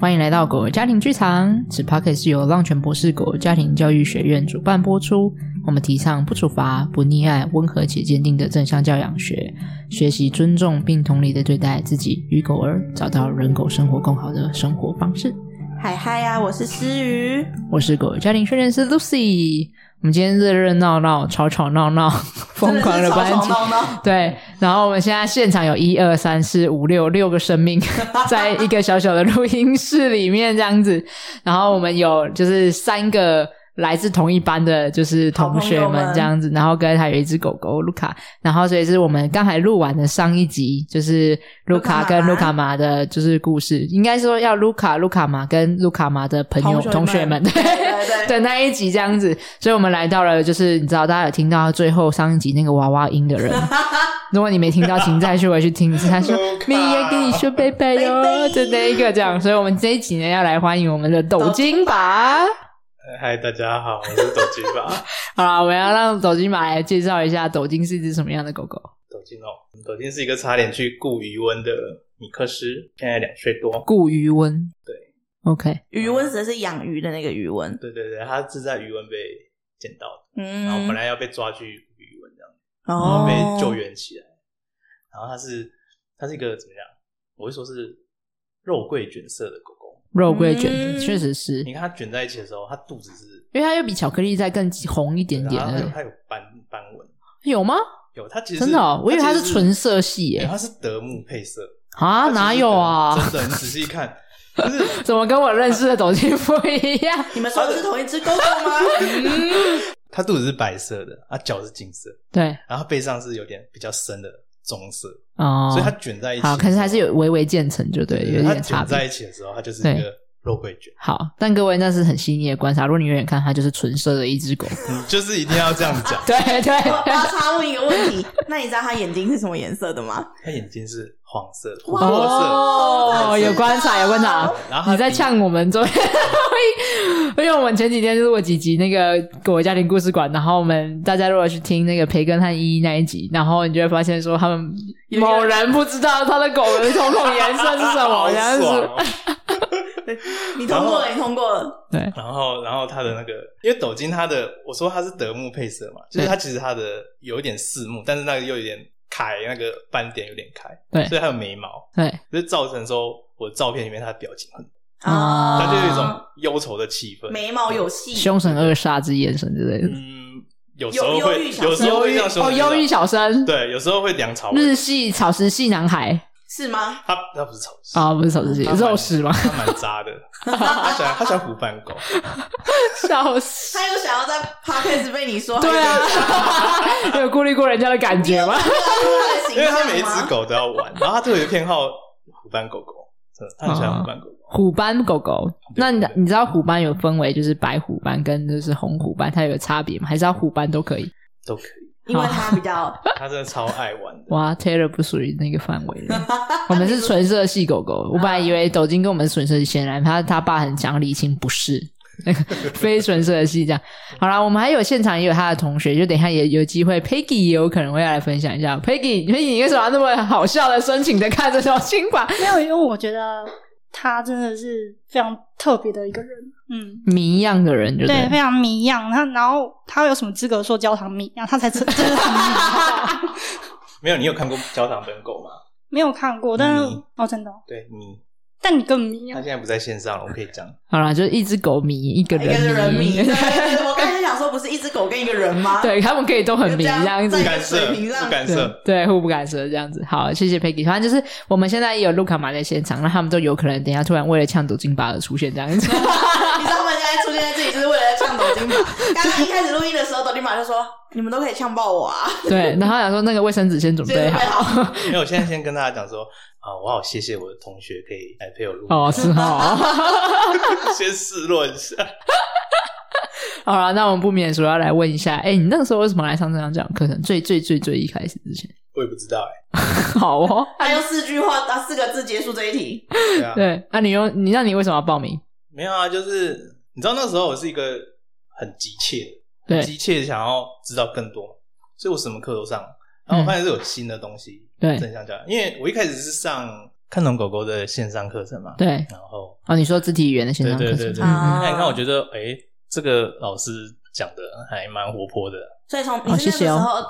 欢迎来到狗儿家庭剧场。此 p o c k e t 是由浪犬博士狗儿家庭教育学院主办播出。我们提倡不处罚、不溺爱、温和且坚定的正向教养学，学习尊重并同理的对待自己与狗儿，找到人狗生活更好的生活方式。嗨嗨啊呀，我是诗雨。我是狗儿家庭训练师 Lucy。我们今天热热闹闹、吵吵闹 闹、疯狂的班真是级吵，吵闹闹，对，然后我们现在现场有一二三四五六六个生命， 在一个小小的录音室里面这样子。然后我们有就是三个来自同一班的，就是同学好朋们友们这样子。然后跟还有一只狗狗卢卡，然后所以是我们刚才录完的上一集，就是卢卡卢卡跟妈卢卡玛的，就是故事，应该说要卢卡、卢卡玛跟卢卡玛的朋友同学们同学们。对 对对的那一集这样子，所以我们来到了，就是你知道大家有听到最后上一集那个娃娃音的 人，如果你没听到，请再去回去听一次。他 说卢卡：“明天要跟你说拜拜哟拜拜。”的那一个这样，所以我们这一集呢要来欢迎我们的抖金吧。嗨，大家好，我是抖金吧。 好啦，我们要让抖金吧来介绍一下抖金是一只什么样的狗狗。抖金哦，抖金是一个差点去雇余温的米克斯，现在两岁多。顾余温，对，OK，余温指的是养鱼的那个余温。对对对，他是在余温被捡到的，然后嗯哦本，来要被抓去雇余温这样，然后哦被救援起来。然后它是它是一个怎么样？我会说是肉桂卷色的狗狗。肉桂卷嗯确实是，你看它卷在一起的时候，它肚子是因为它又比巧克力再更红一点点然后它有的，它有斑斑纹，有吗？有它其实是真的哦，我以为它是其实纯色系耶没有它是德牧配色。啊，哪有啊？真的，你仔细看，就 是怎么跟我认识的抖音不一样？你们说的是同一只狗狗 吗？它肚子是白色的，它脚是金色，对，然后它背上是有点比较深的棕色，哦，所以它卷在一起。好，可是还是有微微渐层，就对，对有它点差卷在别。一起的时候，它就是一个肉桂卷，好，但各位那是很细腻的观察，如果你远远看，它就是纯色的一只狗。你嗯就是一定要这样讲 。对对，我我要插问一个问题，那你知道它眼睛是什么颜色的吗？它眼睛是黄色的，琥哇珀色，哦，有观察，有观 察。然后它你在鼻呛我们昨天， 因为我们前几天就是我几集那个《狗的家庭故事馆》，然后我们大家如果去听那个培根和依依那一集，然后你就会发现说他们有一个某人不知道他的狗的瞳 孔颜色是什么， 好然后是爽哦你通过然了，你通过了。对，然后，然后它的那个，因为斗金它的，我说它是德牧配色嘛，就是它其实它的有一点四目，但是那个又有点开，那个斑点有点开，对所以它有眉毛，对，所以造成说我照片里面它的表情很，啊它就有一种忧愁的气氛，眉毛有戏，凶神恶煞之眼神之类 的。嗯，有时候有忧会郁，小有时候忧会郁这样说哦，忧郁，小生，对，有时候会梁朝日伟，系草食系男孩是吗？他他不是草食啊，，不是草食系，他蛮肉食吗？他蛮渣的， 他喜欢他喜欢虎斑狗，笑死，他有想要在 podcast 被你 说，对啊， 有顾虑过人家的感觉吗？他的形因为他象每一只吗？狗都要玩，然后他特别偏好虎斑狗狗，真的，他很喜哦欢虎斑狗狗。虎斑狗狗，对那你对你知道虎斑有分为就是白虎斑跟就是红虎斑，它有个差别吗？还是要虎斑都可以？都可 以，因为他比较他真的超爱玩的。哇，Taylor 不属于那个范围了。 我们是纯色系狗 狗，我本来以为抖金跟我们是纯色系，显然他他爸很强理清不是。 那个非纯色系这样，好啦，我们还有现场也有他的同学，就等一下也有机会，Peggy 也有可能会来分享一下。Peggy，Peggy，你为什么要那么好笑的深情的看这条新闻？ 没有，因为我觉得他真的是非常特别的一个人，嗯，谜一样的人就对，对非常迷一样。他然后他有什么资格说焦糖迷一样？他才真真的很迷一样。 没有，你有看过焦糖本狗吗？没有看过，但是迷哦，真的哦，对你，但你更迷他啊现！在不在线上了，我们可以讲。好啦，就是一只狗迷，一个一个人人迷。迷，对对对我刚才想说，不是一只狗跟一个人吗？嗯 对他们可以都很迷就这样这样子 在不，干涉，水平上不干涉。对，互不干涉这样子。好，谢谢 Peggy。反正就是我们现在也有卢卡玛在现场，那他们都有可能等一下突然为了呛赌金巴而出现这样 子。 你知道他们现在出现在这里，就是为了呛抖 金马。刚刚一开始录音的时候，抖金马就说：“你们都可以呛爆我啊对，然后想说那个卫生纸先准 备好。因为我现在先跟大家讲说，啊，我好谢谢我的同学可以来陪我录，哦，是哦。 先示弱一下。好了，那我们不免说要来问一下，哎、你那个时候为什么来上这堂讲课程？最最最最一开始之前， 我也不知道哎、好哦。”他用四句话啊四个字结束这一题。对啊，对，那、你用你那你为什么要报名？没有啊，就是你知道那时候我是一个很急切、对急切想要知道更多，所以我什么课都上。然后我发现是有新的东西，嗯对正向教养。因为我一开始是上看懂狗狗的线上课程嘛，对，然后哦，你说肢体语言的线对上课对程，对对，嗯嗯啊那你看我觉得哎，这个老师讲的还蛮活泼的，所以从哦你谢是谢那个时候， 哦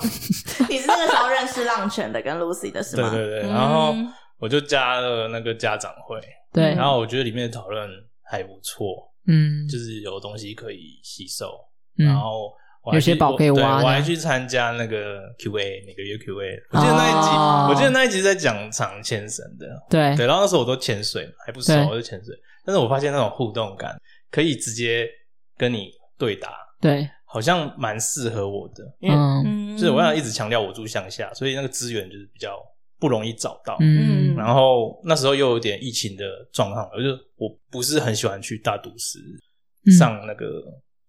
你是那个时候认识浪犬的跟 Lucy 的是对吗？对对，嗯然后我就加了那个家长会，对然后我觉得里面的讨论还不错，嗯，就是有东西可以吸收，嗯然后我还有些去宝我可以对挖我还的去参加那个 Q&A，每个月 Q&A。我记得那一集，哦我记得那一集在讲长牵绳的，对对。然后那时候我都潜水嘛，还不熟，哎对我就潜水。但是我发现那种互动感，可以直接跟你对答，对，好像蛮适合我的，因为嗯嗯就是我想一直强调我住乡下，所以那个资源就是比较不容易找到。嗯嗯然后那时候又有点疫情的状况，我就我不是很喜欢去大都市嗯上那个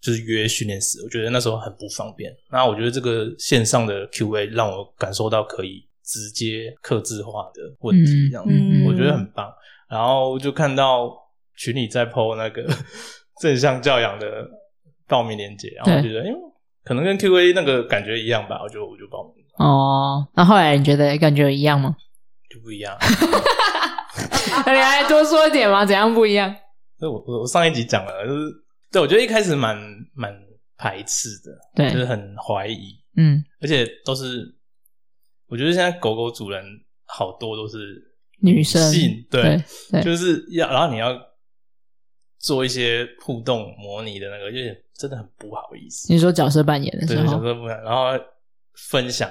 就是约训练室，我觉得那时候很不方便。那我觉得这个线上的 Q&A 让我感受到可以直接克制化的问题，这样子、嗯我觉得很棒。然后就看到群里在 PO 那个 正向教养的报名链接，然后我对觉得哎、可能跟 Q&A 那个感觉一样吧，我就我就报名了哦，那后来你觉得感觉有一样吗？就不一样。 你来多说一点吗？怎样不一样？所以我我我上一集讲了，就是对我觉得一开始蛮蛮排斥的，就对是，很怀疑，嗯，而且都是我觉得现在狗狗主人好多都是女生性，对对，对就是要然后你要做一些互动模拟的那个，有点真的很不好意思，你说角色扮演的时对，就想候，说不然，然后分享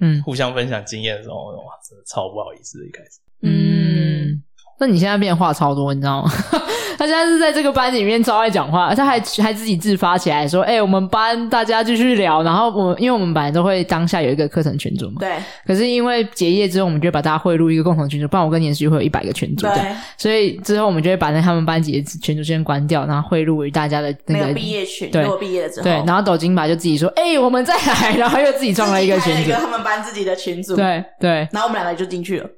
嗯互相分享经验的时候，哇，真的超不好意思的，一开始。嗯，那你现在变话超多，你知道吗？ 他现在是在这个班里面超爱讲话，他还还自己自发起来说：“哎、我们班大家继续聊。”然后我们因为我们本来都会当下有一个课程群组嘛，对可是因为结业之后，我们就会把大家汇入一个共同群组，不然我跟年旭会有一百个群组对这样。所以之后我们就会把那他们班级的群组先关掉，然后汇入于大家的那那个个毕业群，对如果毕业了之后， 对，然后抖金吧就自己说：“哎、我们再来。”然后又自己创了一个群自己组开了一个。他们班自己的群组，，对对，然后我们两个就进去了。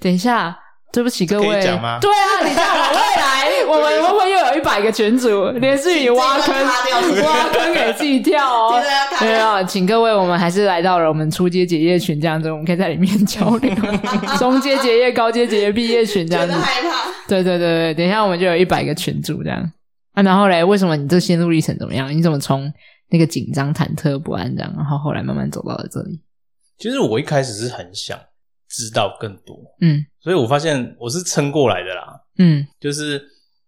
等一下，对不起各位，可以讲吗对啊，你看我未来，我们会不会又有一百个群主，连续你挖坑自己自己挖掉是不是挖坑给自己跳哦 对？对要没看有，请各位，我们还是来到了我们初阶结业群这样子，我们可以在里面交 流。中阶结业、高阶结业、毕业群这觉样得子，害怕。 对对对对，等一下我们就有一百个群主这样。啊，然后嘞，为什么你这心路历程怎么样？你怎么从那个紧张、忐忑不安这样，然后后来慢慢走到了这里？其实我一开始是很想知道更多，嗯所以我发现我是撑过来的啦。嗯就是，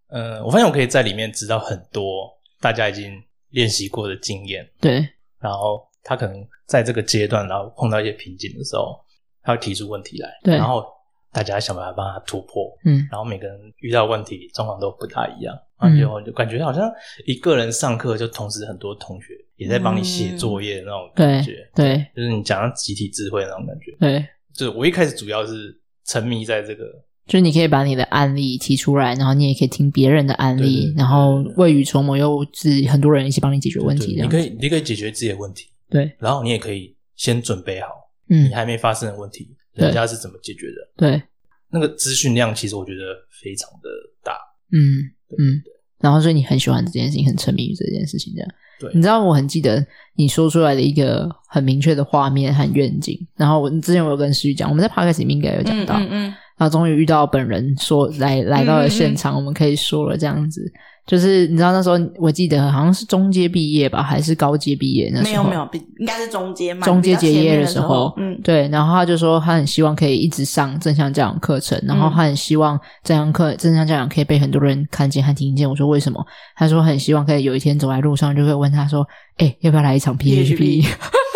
呃，我发现我可以在里面知道很多大家已经练习过的经验，对，然后他可能在这个阶段，然后碰到一些瓶颈的时候，他会提出问题来，对然后大家想办法帮他突破，嗯然后每个人遇到问题状况都不大一样，嗯然后就就感觉好像一个人上课，就同时很多同学也在帮你写作业的那种对感觉，对就是你讲到集体智慧那种感觉。对，就是我一开始主要是沉迷在这个就是你可以把你的案例提出来，然后你也可以听别人的案例，对对对然后未雨绸缪，又是很多人一起帮你解决问题这对你样可子。以你可以解决自己的问题，对，然后你也可以先准备好嗯你，还没发生的问题，对人家是怎么解决的。对，那个资讯量其实我觉得非常的大，嗯嗯。然后，所以你很喜欢这件事情，很沉迷于这件事情，这样。对你知道，我很记得你说出来的一个很明确的画面和愿景。然后我之前我有跟诗雨讲，我们在 podcast 里面应该有讲到，嗯，然后终于遇到本人说来来到了现场，我们可以说了这样子。就是你知道那时候，我记得好像是中阶毕业吧，还是高阶毕业？那时候嗯没有没有，比应该是中间嘛，中阶结业的时候，嗯，对，然后他就说他很希望可以一直上正向教养课程，然嗯后他很希望正向课正向教养可以被很多人看见和听见。我说为什么？他说很希望可以有一天走在路上就会问他说：“哎、要不要来一场 PHP？”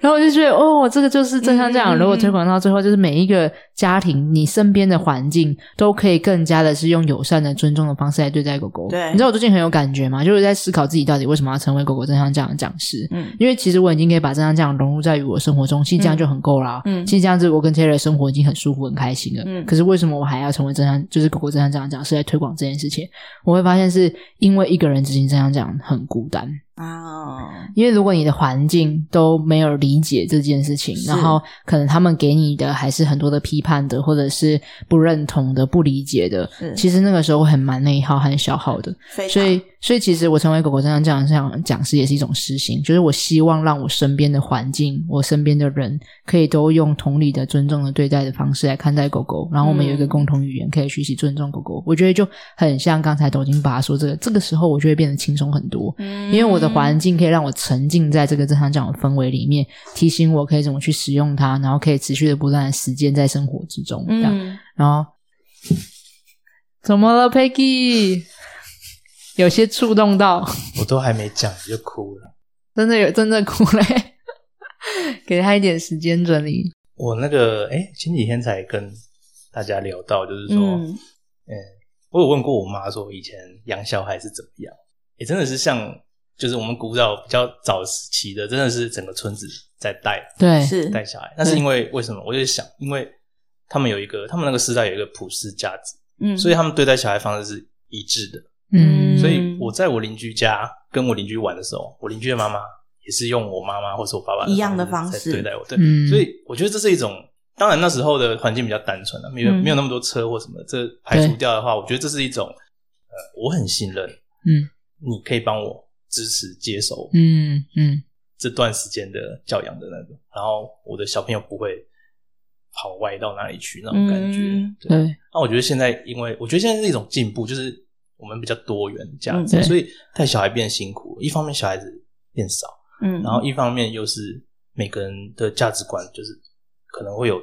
然后我就觉得哦，这个就是正向教养。嗯嗯嗯如果推广到最后，就是每一个家庭，你身边的环境都可以更加的是用友善的、尊重的方式来对待狗狗。对你知道我最近很有感觉吗？就是在思考自己到底为什么要成为狗狗正向教养讲师。嗯因为其实我已经可以把正向这样融入在于我生活中，其实这样就很够啦。嗯其实这样子我跟 Taylor 的生活已经很舒服、很开心了。嗯可是为什么我还要成为正向，就是狗狗正向这样讲，是来推广这件事情？我会发现是因为一个人执行正向这样很孤单，啊，因为如果你的环境都没有理解这件事情，是然后可能他们给你的还是很多的批判的，或者是不认同的、不理解的是，其实那个时候会很蛮内耗、很消耗的。非常所以，所以其实我成为狗狗这样这样这样讲师也是一种私心，就是我希望让我身边的环境、我身边的人，可以都用同理的、尊重的对待的方式来看待狗狗，然后我们有一个嗯共同语言，可以学习尊重狗狗。我觉得就很像刚才抖金爸说这个，这个时候我就会变得轻松很多，嗯因为我的环境可以让我沉浸在这个正常讲的氛围里面，提醒我可以怎么去使用它，然后可以持续的不断的实践在生活之中。这样，嗯，然后怎么了，Peggy？有些触动到， 我都还没讲你就哭了。真的有真的哭嘞。 给他一点时间整理，我那个哎、前几天才跟大家聊到，就是说，嗯、嗯我有问过我妈说以前养小孩是怎么样，也、真的是像就是我们古早比较早时期的，真的是整个村子在带，对，是带小孩，那是因为为什么？我就想，因为他们有一个，他们那个时代有一个普世价值，嗯，所以他们对待小孩方式是一致的。嗯，所以我在我邻居家跟我邻居玩的时候，我邻居的妈妈也是用我妈妈或是我爸爸一样的方方在式对待我，对，嗯所以我觉得这是一种。当然，那时候的环境比较单纯了、啊没有、嗯没有那么多车或什么的，这排除掉的话，我觉得这是一种，呃，我很信任，嗯，你可以帮我支持接手嗯嗯这段时间的教养的那种，然后我的小朋友不会跑歪到哪里去那种感觉。嗯对，对，那我觉得现在，因为我觉得现在是一种进步，就是我们比较多元价值，嗯对所以带小孩变辛苦，一方面小孩子变少，嗯，然后一方面又是每个人的价值观就是可能会有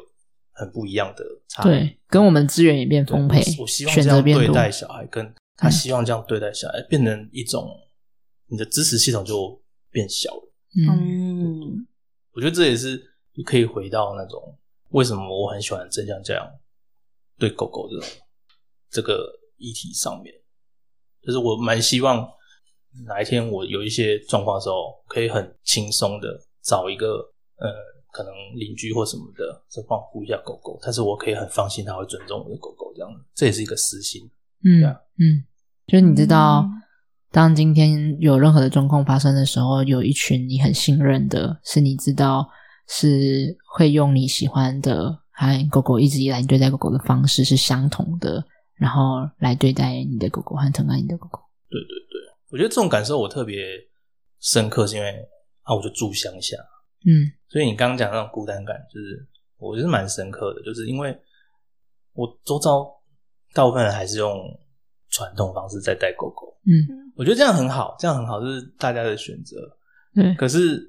很不一样的差异。对，跟我们资源也变对丰沛我，我希望这选择样变对多，嗯待小孩，跟他希望这样对待小孩，变成一种你的支持系统就变小了。嗯嗯我觉得这也是可以回到那种为什么我很喜欢正向教养对狗狗这种这个议题上面，就是我蛮希望哪一天我有一些状况的时候，可以很轻松的找一个呃可能邻居或什么的，就帮我顾一下狗狗，但是我可以很放心，它会尊重我的狗狗这样子，这也是一个私心。嗯对啊嗯，就是你知道嗯，当今天有任何的状况发生的时候，有一群你很信任的，是你知道是会用你喜欢的，和狗狗一直以来你对待狗狗的方式是相同的，然后来对待你的狗狗和疼爱你的狗狗。我觉得这种感受我特别深刻，是因为啊，我就住乡下，嗯所以你刚刚讲的那种孤单感，就是我觉得蛮深刻的，就是因为我周遭大部分人还是用传统方式在带狗狗，嗯，我觉得这样很好，这样很好，就是大家的选择。对，可是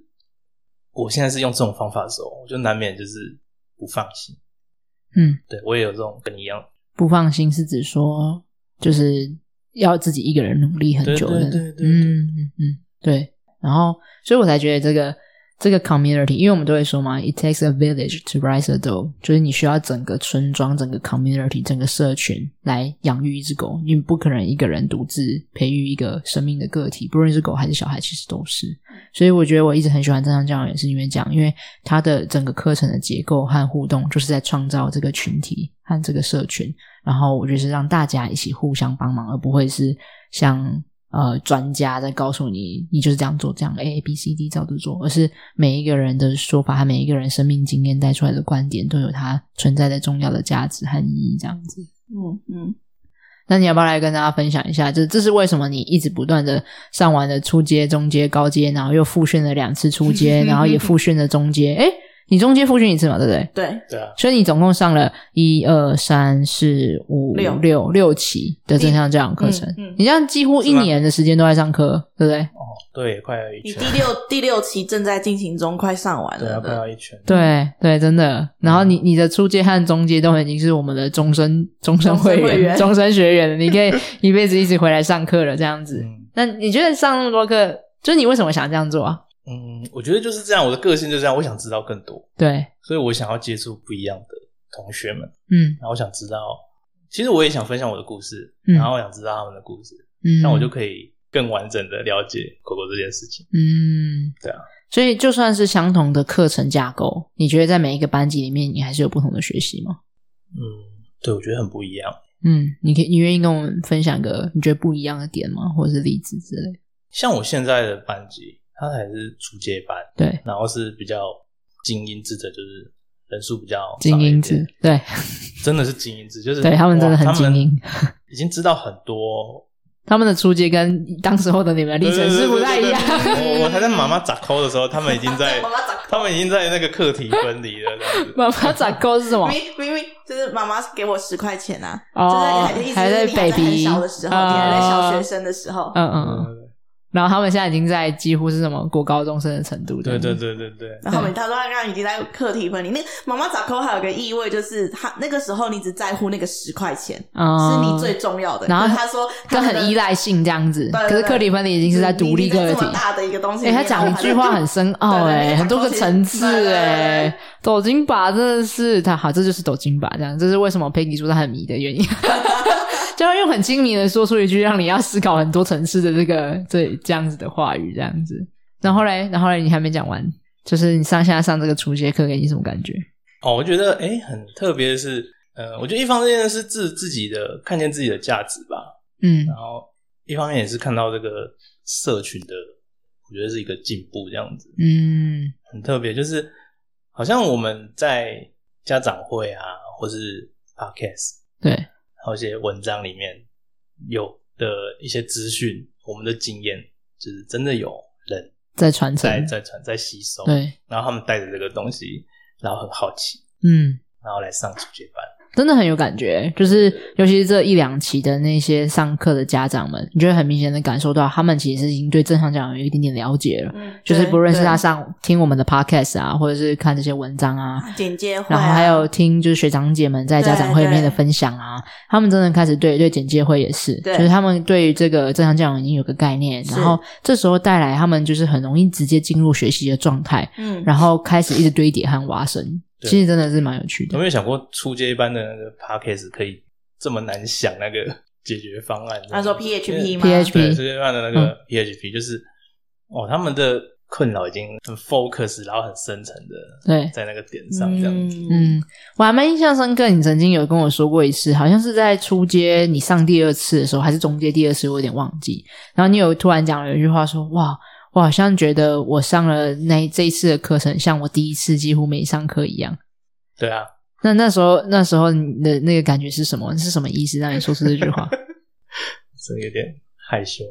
我现在是用这种方法的时候，我就难免就是不放心。嗯，对我也有这种跟你一样，不放心是指说就是要自己一个人努力很久的，对对对对嗯嗯嗯，对。然后，所以我才觉得这个这个 community，因为我们都会说嘛，it takes a village to raise a dog，就是你需要整个村庄、整个 community、整个社群来养育一只狗，你不可能一个人独自培育一个生命的个体，不论是狗还是小孩，其实都是。所以我觉得我一直很喜欢正向教养，也是因为这样，因为它的整个课程的结构和互动，就是在创造这个群体和这个社群。然后我就是让大家一起互相帮忙，而不会是像呃专家在告诉你你就是这样做，这样 A A B C D 照着做，而是每一个人的说法和每一个人生命经验带出来的观点都有它存在的重要的价值和意义，这样子。嗯嗯那你要不要来跟大家分享一下？这这是为什么你一直不断的上完了初阶、中阶、高阶，然后又复训了两次初阶，然后也复训了中阶。诶，你中阶复训一次嘛，对不对？对，对啊，所以你总共上了一二三四五六六六期的正向教养课程，嗯嗯你这样几乎一是吗年的时间都在上课，对不对？对，快要一你圈第，六 第六期正在进行中，快上完对啊，了快的要，一圈，对对，真的。然后你嗯你的初阶和中阶都已经是我们的终身终身会终身会员、员终身学 员了，你可以一辈子一直回来上课了，这样子。嗯那你觉得上那么多课，就是你为什么想这样做啊？嗯，我觉得就是这样，我的个性就这样，我想知道更多，对，所以我想要接触不一样的同学们。嗯然后我想知道，其实我也想分享我的故事，嗯然后我想知道他们的故事，嗯，那、我就可以更完整的了解狗狗这件事情。嗯，对啊。所以就算是相同的课程架构，你觉得在每一个班级里面，你还是有不同的学习吗？嗯，对，我觉得很不一样。嗯，你可以，你愿意跟我们分享个你觉得不一样的点吗？或者是例子之类？像我现在的班级，它还是初阶班，对，然后是比较精英制的，就是人数比较少一精英点制，，对 真的是精英制，就是对，他们真的哇很精英，他们已经知道很多他们的出街跟当时候的你们的历程是不太一样。对对对对对我我还在妈妈砸扣的时候，他们已经在啊妈妈砸他们已经在那个课题分离了，这样子。妈妈长高是什么？明明明就是妈妈给我十块钱啊，哦就是还一，直还是在你还在 baby 很小的时候，你还在小学呃生的时候，嗯嗯嗯。然后他们现在已经在几乎是什么国高中生的程度。对对。对对对，然后每他说他刚已经在课题分离，那个妈妈砸扣还有个意味就是他那个时候你只在乎那个十块钱、嗯，是你最重要的，然后可是他说他他很依赖，赖性这样子。对对可是克里芬里已经是在独立个你体在这。么大的一个东西哎、里面，他讲一句话很深奥对对哎、对对很多个层次对对对对哎、抖金把真的是他好，这就是抖金把这样，这是为什么 Peggy 说他很迷的原因， 就要用很精明的说出一句让你要思考很多层次的这个这这样子的话语这样子。然后嘞，然后嘞，你还没讲完，就是你上下上这个初阶课给你什么感觉？哦，我觉得哎、诶很特别的是，呃，我觉得一方面是自自己的看见自己的价值吧，嗯然后一方面也是看到这个社群的，我觉得是一个进步，这样子嗯很特别，就是好像我们在家长会啊，或是 podcast，对，还有一些文章里面有的一些资讯，我们的经验，就是真的有人在传承在，在传在吸收，对，然后他们带着这个东西，然后很好奇，嗯，然后来上初阶班。真的很有感觉，就是尤其是这一两期的那些上课的家长们，你就会很明显的感受到，他们其实已经对正向讲有一点点了解了，嗯，就是不论是他对上听我们的 podcast 啊，或者是看这些文章啊，对简介会啊，然后还有听就是学长姐们在家长会里面的分享啊，他们真的开始对对简介会也是，对就是他们对于这个正向教养已经有个概念，是然后这时候带来他们就是很容易直接进入学习的状态，嗯，然后开始一直堆叠和挖深，对其实真的是蛮有趣有的。没有想过初阶班的那个 podcast 可以这么难想那个解决方案？他说 PHP 吗 PHP 对初阶班的那个 PHP 就是哦，他们的困扰已经很 focus，然后很深层的对，在那个点上这样子。嗯，嗯，我还蛮印象深刻。你曾经有跟我说过一次，好像是在初阶你上第二次的时候，还是中阶第二次，我有点忘记。然后你有突然讲了一句话说：“哇，我好像觉得我上了那这一次的课程，像我第一次几乎没上课一样。对啊，”那那时候那时候你的那个感觉是什么？是什么意思让你说出这句话？所以有点害羞。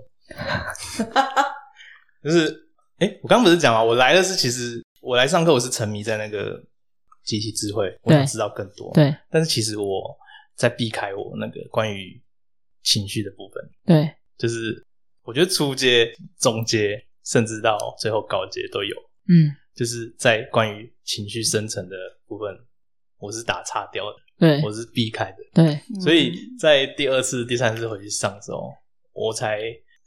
就是哎、诶我刚不是讲嘛，我来的是其实我来上课，我是沉迷在那个集体智慧，我想对知道更多。对但是其实我在避开我那个关于情绪的部分，对，就是我觉得初阶、中阶，甚至到最后高阶都有，嗯，就是在关于情绪生成的部分，我是打岔掉的，对我是避开的。对，所以在第二次、第三次回去上的时候，我才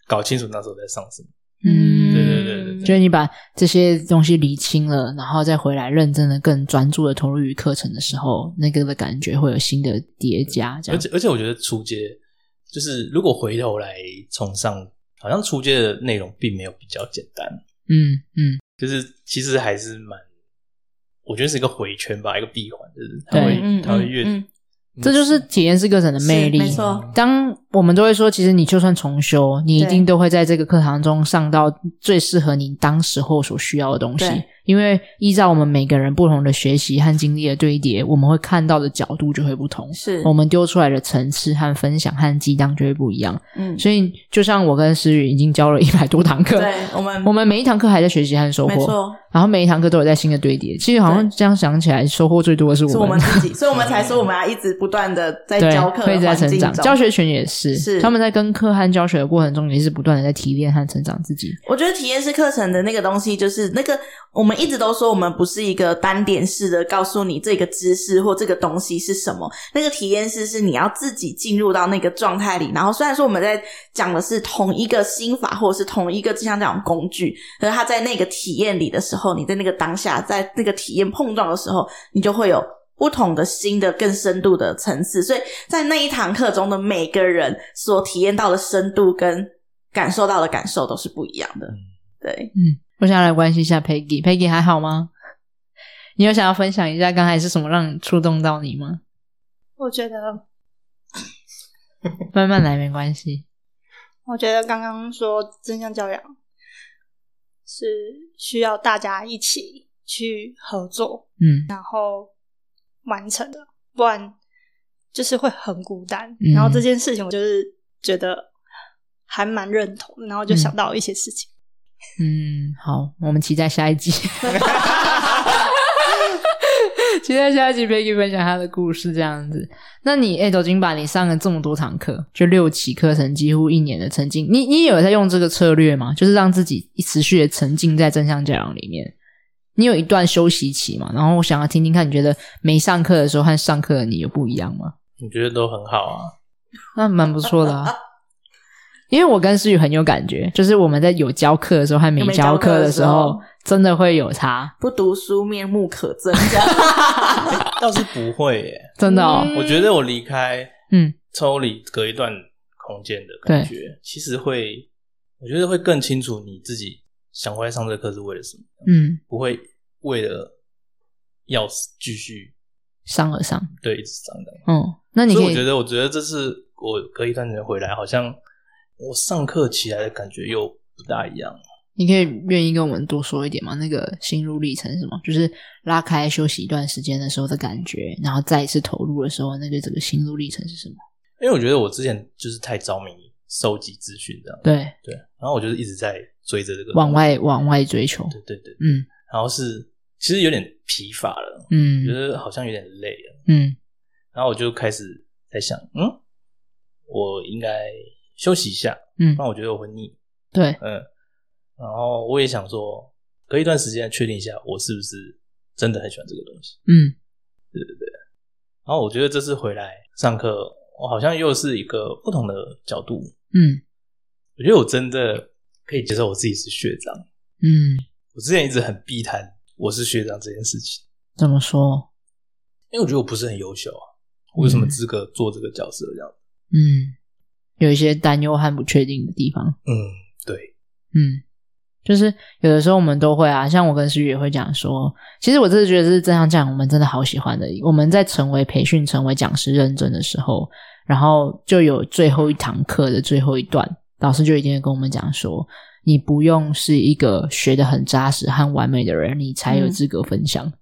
搞清楚那时候在上什么。嗯，对对对对对就是你把这些东西理清了，然后再回来认真的、更专注的投入于课程的时候，那个的感觉会有新的叠加，这而样。且而且我觉得初阶就是如果回头来重上，好像初阶的内容并没有比较简单。嗯嗯，就是其实还是蛮，我觉得是一个回圈吧，一个闭环，就是它对会、嗯它会越、嗯这就是体验式课程的魅力是。没错，当我们都会说，其实你就算重修，你一定都会在这个课堂中上到最适合你当时候所需要的东西对。因为依照我们每个人不同的学习和经历的对叠，我们会看到的角度就会不同，是我们丢出来的层次和分享和激荡就会不一样。嗯，所以，就像我跟思雨已经教了一百多堂课，对我 们我们每一堂课还在学习和收没获，错，然后每一堂课都有在新的堆叠。其实好像这样想起来，收获最多的是是我我们 们。自己，所以我们才说我们啊要一直不断的在对教，课会一的直在环成境长。中。教学群也是，是他们在跟课和教学的过程中，也是不断的在提炼和成长自己。我觉得体验式课程的那个东西，就是那个我们一直都说，我们不是一个单点式的告诉你这个知识或这个东西是什么。那个体验式是你要自己进入到那个状态里。然后虽然说我们在讲的是同一个心法或者是同一个就像这种工具，可是它在那个体验里的时候，你在那个当下，在那个体验碰撞的时候，你就会有不同的新的、更深度的层次。所以在那一堂课中的每个人所体验到的深度跟感受到的感受都是不一样的。嗯对，我想要来关心一下 Peggy，Peggy 还好吗？你有想要分享一下刚才是什么让你触动到你吗？我觉得慢慢来，没关系。我觉得刚刚说正向教养是需要大家一起去合作嗯完成的，不然就是会很孤单。嗯然后这件事情，我就是觉得还蛮认同，然后就想到一些事情。嗯，好，我们期待下一集， 期待下一集 Peggy 分享她的故事这样子。那你哎，抖、金吧，你上了这么多堂课，就六期课程，几乎一年的沉浸，你你也有在用这个策略吗？就是让自己持续的沉浸在正向教养里面。你有一段休息期嘛？然后我想要听听看，你觉得没上课的时候和上课的你有不一样吗？我觉得都很好啊。那蛮不错的啊。因为我跟思雨很有感觉，就是我们在有教课的时候和没没教教课课的的时时候候，真的会有差，不读书面目可憎，这 样倒是不会耶，真的哦。嗯我觉得我离开嗯抽离隔一段空间的感觉，其实会，我觉得会更清楚你自己想回来上这个课是为了什么，嗯，不会为了要继续上而上，对一直上的。嗯，那你所可以我觉以，得，我觉得这次我隔一段时间回来，好像我上课起来的感觉又不大一样。你可以愿意跟我们多说一点吗？那个心路历程是什么？就是拉开休息一段时间的时候的感觉，然后再一次投入的时候，那个整个心路历程是什么？因为我觉得我之前就是太着迷于收集资讯这样，对，对，然后我就是一直在追着这个往，外往外追求，对对对，嗯然后是其实有点疲乏了，觉嗯得好像有点累了，嗯然后我就开始在想，嗯，我应该休息一下，嗯不，然我觉得我会腻，对，嗯，然后我也想说，隔一段时间确定一下我是不是真的很喜欢这个东西。嗯然后我觉得这次回来上课，我好像又是一个不同的角度。嗯我觉得我真的可以接受我自己是学长。嗯，我之前一直很避谈我是学长这件事情，怎么说？因为我觉得我不是很优秀啊，我有什么资格做这个角色这样？嗯，有一些担忧和不确定的地方。嗯，对，嗯，就是有的时候我们都会啊，像我跟诗雨也会讲说，其实我真的觉得是正向讲，我们真的好喜欢的。我们在成为培训、成为讲师认证的时候，然后就有最后一堂课的最后一段，老师就已经跟我们讲说，你不用是一个学的很扎实和完美的人，你才有资格分享，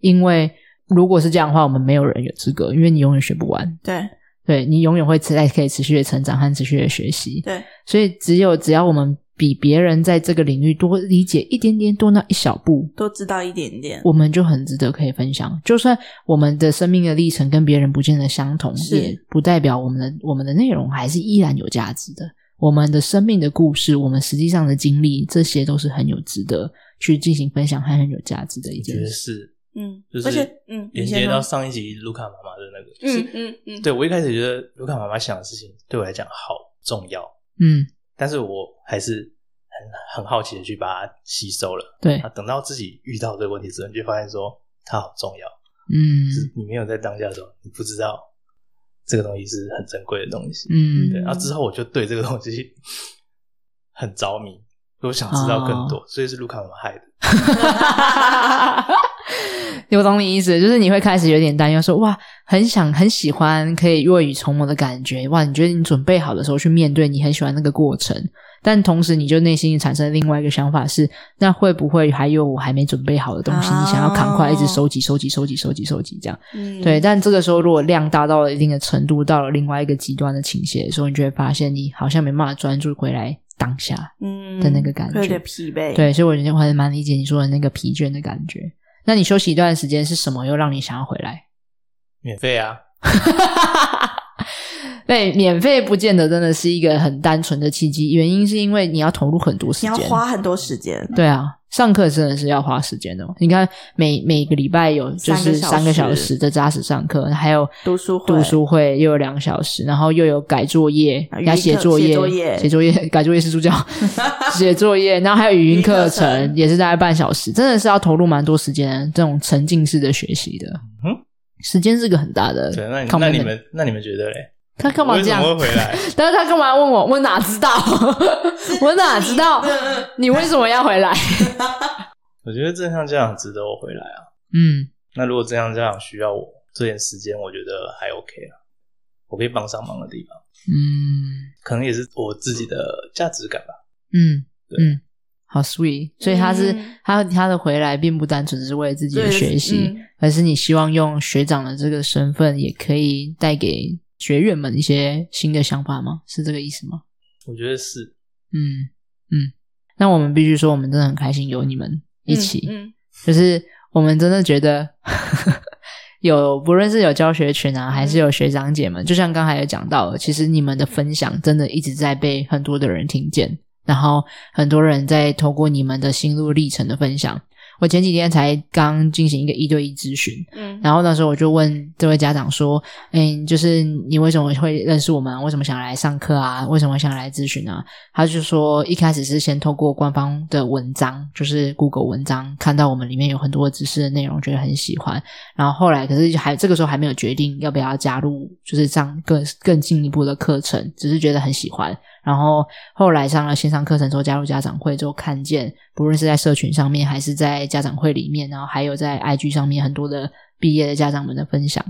因为。如果是这样的话，我们没有人有资格，因为你永远学不完，对对你永远会持在可以持续的成长和持续的学习。对，所以只有只要我们比别人在这个领域多理解一点点，多那一小步，多知道一点点。我们就很值得可以分享。就算我们的生命的历程跟别人不见得相同，是也不代表我们的我们的内容还是依然有价值的。我们的生命的故事，我们实际上的经历，这些都是很有值得去进行分享，还很有价值的一我件觉得事。是嗯，就而且是嗯，你连先接到说上一集卢卡妈妈的那嗯个，是嗯嗯，对我一开始觉得卢卡妈妈想的事情对我来讲好重要，嗯，但是我还是很很好奇的去把它吸收了。对啊，，等到自己遇到这个问题之后，你就发现说它好重要。嗯就是你没有在当下的时候，你不知道这个东西是很珍贵的东西。嗯对，啊然后之后我就对这个东西很着迷，我想知道更多，哦所以是卢卡文害的。 我懂你意思，就是你会开始有点担忧，说哇，很想很喜欢可以未雨绸缪的感觉，哇，你觉得你准备好的时候去面对，你很喜欢那个过程，但同时你就内心产生另外一个想法是，那会不会还有我还没准备好的东西，你想要赶快一直收集、收集、收集、收集、收集这样？嗯对，但这个时候如果量大到了一定的程度，到了另外一个极端的倾斜的时候，你就会发现你好像没办法专注回来当下。嗯的那个感觉会有点疲惫。，对，所以我觉得我还蛮理解你说的那个疲倦的感觉。那你休息一段时间是什么又让你想要回来？免费啊，对，免费不见得真的是一个很单纯的契机，原因是因为你要投入很多时你间，要花很多时间。对啊，上课真的是要花时间的哦。你看每每个礼拜有就三个是小三个时小时的扎实上课，还有读书会读书会又有两小时，然后又有改作业啊，语要音写课作写业作，业写作业， 改作业是助教， 写作业，然后还有语音语音课课程程也是大概半小时，真的是要投入蛮多时间的这种沉浸式的学习的。嗯时间是个很大的对，那你 commitment，那你们那你们觉得嘞？他干嘛我为这什样？么会回来？ 但是他干嘛问我？我哪知道？ 我哪知道你为什么要回来？我觉得正向教养值得我回来啊。嗯那如果正向教养需要我这点时间，我觉得还 OK 啊，我可以帮上忙的地方。嗯，可能也是我自己的价值感吧。嗯对嗯，好 sweet。所以他是、嗯他他的回来并不单纯是为了自己的对学习，嗯而是你希望用学长的这个身份，也可以带给学员们一些新的想法吗？是这个意思吗？我觉得是，嗯嗯。那我们必须说，我们真的很开心有你们一起。嗯，就是我们真的觉得 有，不论是有教学群嗯啊，还是有学长姐们，就像刚才有讲到的，其实你们的分享真的一直在被很多的人听见，然后很多人在透过你们的心路历程的分享。我前几天才刚进行一个一对一咨询，嗯，然后那时候我就问这位家长说：“嗯，就是你为什么会认识我们？为什么想来上课啊？为什么想来咨询啊？”他就说一开始是先透过官方的文章，就是 Google 文章，看到我们里面有很多知识的内容，觉得很喜欢。然后后来可是还这个时候还没有决定要不要加入，就是上更更进一步的课程，只是觉得很喜欢。然后后来上了线上课程之后，加入家长会之后，看见不论是在社群上面，还是在家长会里面，然后还有在 IG 上面很多的毕业的家长们的分享。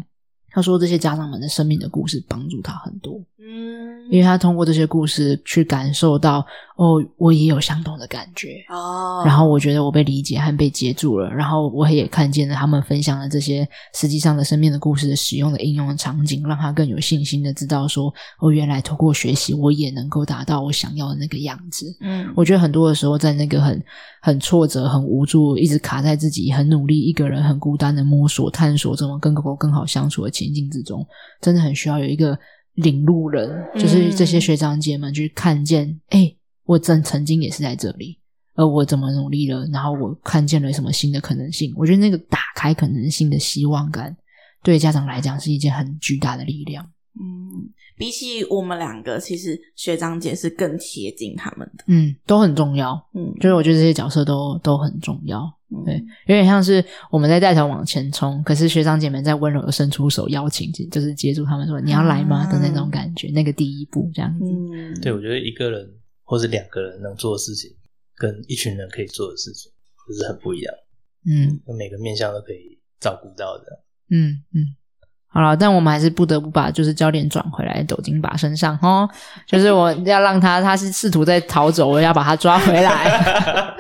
他说这些家长们的生命的故事帮助他很多，嗯因为他通过这些故事去感受到，哦，我也有相同的感觉。哦，然后我觉得我被理解和被接住了，然后我也看见了他们分享的这些实际上的身边的故事的使用的应用的场景，让他更有信心的知道说，哦，原来通过学习我也能够达到我想要的那个样子。嗯我觉得很多的时候，在那个很很挫折、很无助，一直卡在自己很努力一个人、很孤单的摸索、探索怎么跟狗狗更好相处的情境之中，真的很需要有一个领路人，就是这些学长姐们去看见，哎、我真曾经也是在这里，而我怎么努力了，然后我看见了什么新的可能性。我觉得那个打开可能性的希望感，对家长来讲是一件很巨大的力量。嗯，比起我们两个，其实学长姐是更贴近他们的，嗯，都很重要。嗯，就是我觉得这些角色都都很重要。嗯对，有点像是我们在带头往前冲，可是学长姐们在温柔的伸出手邀请，就是接住他们说你要来吗啊的那种感觉，那个第一步这样子。嗯，对我觉得一个人或是两个人能做的事情，跟一群人可以做的事情，就是很不一样。嗯每个面向都可以照顾到的。嗯嗯，好了，但我们还是不得不把就是焦点转回来抖金把身上哦，就是 我要让他，他是试图在逃走，我要把他抓回 来。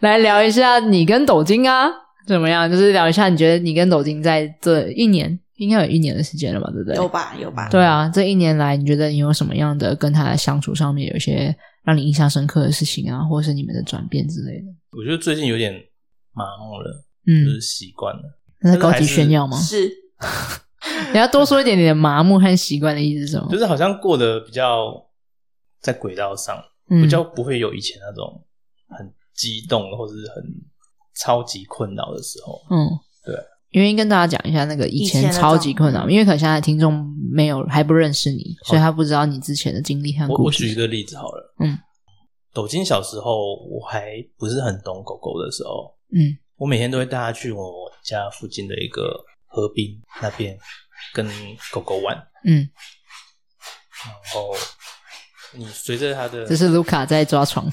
来聊一下你跟抖金啊怎么样？就是聊一下你觉得你跟抖金在这一年，应该有一年的时间了吧？对不对？有吧有吧，对啊，这一年来，你觉得你有什么样的跟他的相处上面有一些让你印象深刻的事情啊，或者是你们的转变之类的？我觉得最近有点麻木了，嗯就是，习惯了。那是呃但高是还级炫是耀吗？是你要多说一点你的麻木和习惯的意思是什么就？是好像过得比较在轨道上，嗯比较不会有以前那种很激动或是很超级困扰的时候。嗯，对。因为跟大家讲一下那个以以前前的超级状困扰，因为可能现在听众没有还不认识你，所以好他不知道你之前的经历和我故我事。举一个例子好了，嗯，抖金小时候我还不是很懂狗狗的时候，嗯我每天都会带它去我家附近的一个河滨那边跟狗狗玩，嗯，然后你随着它的这是卢卡在抓 床，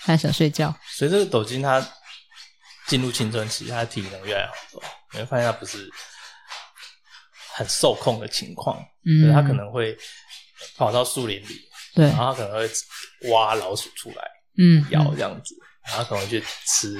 他想睡觉。随着抖金它进入青春期，它的体能越来越好之后，你会发现它不是很受控的情况，就是嗯，它可能会跑到树林里，对然，后它可能会挖老鼠出来嗯，咬嗯这样子，然后它可能会去吃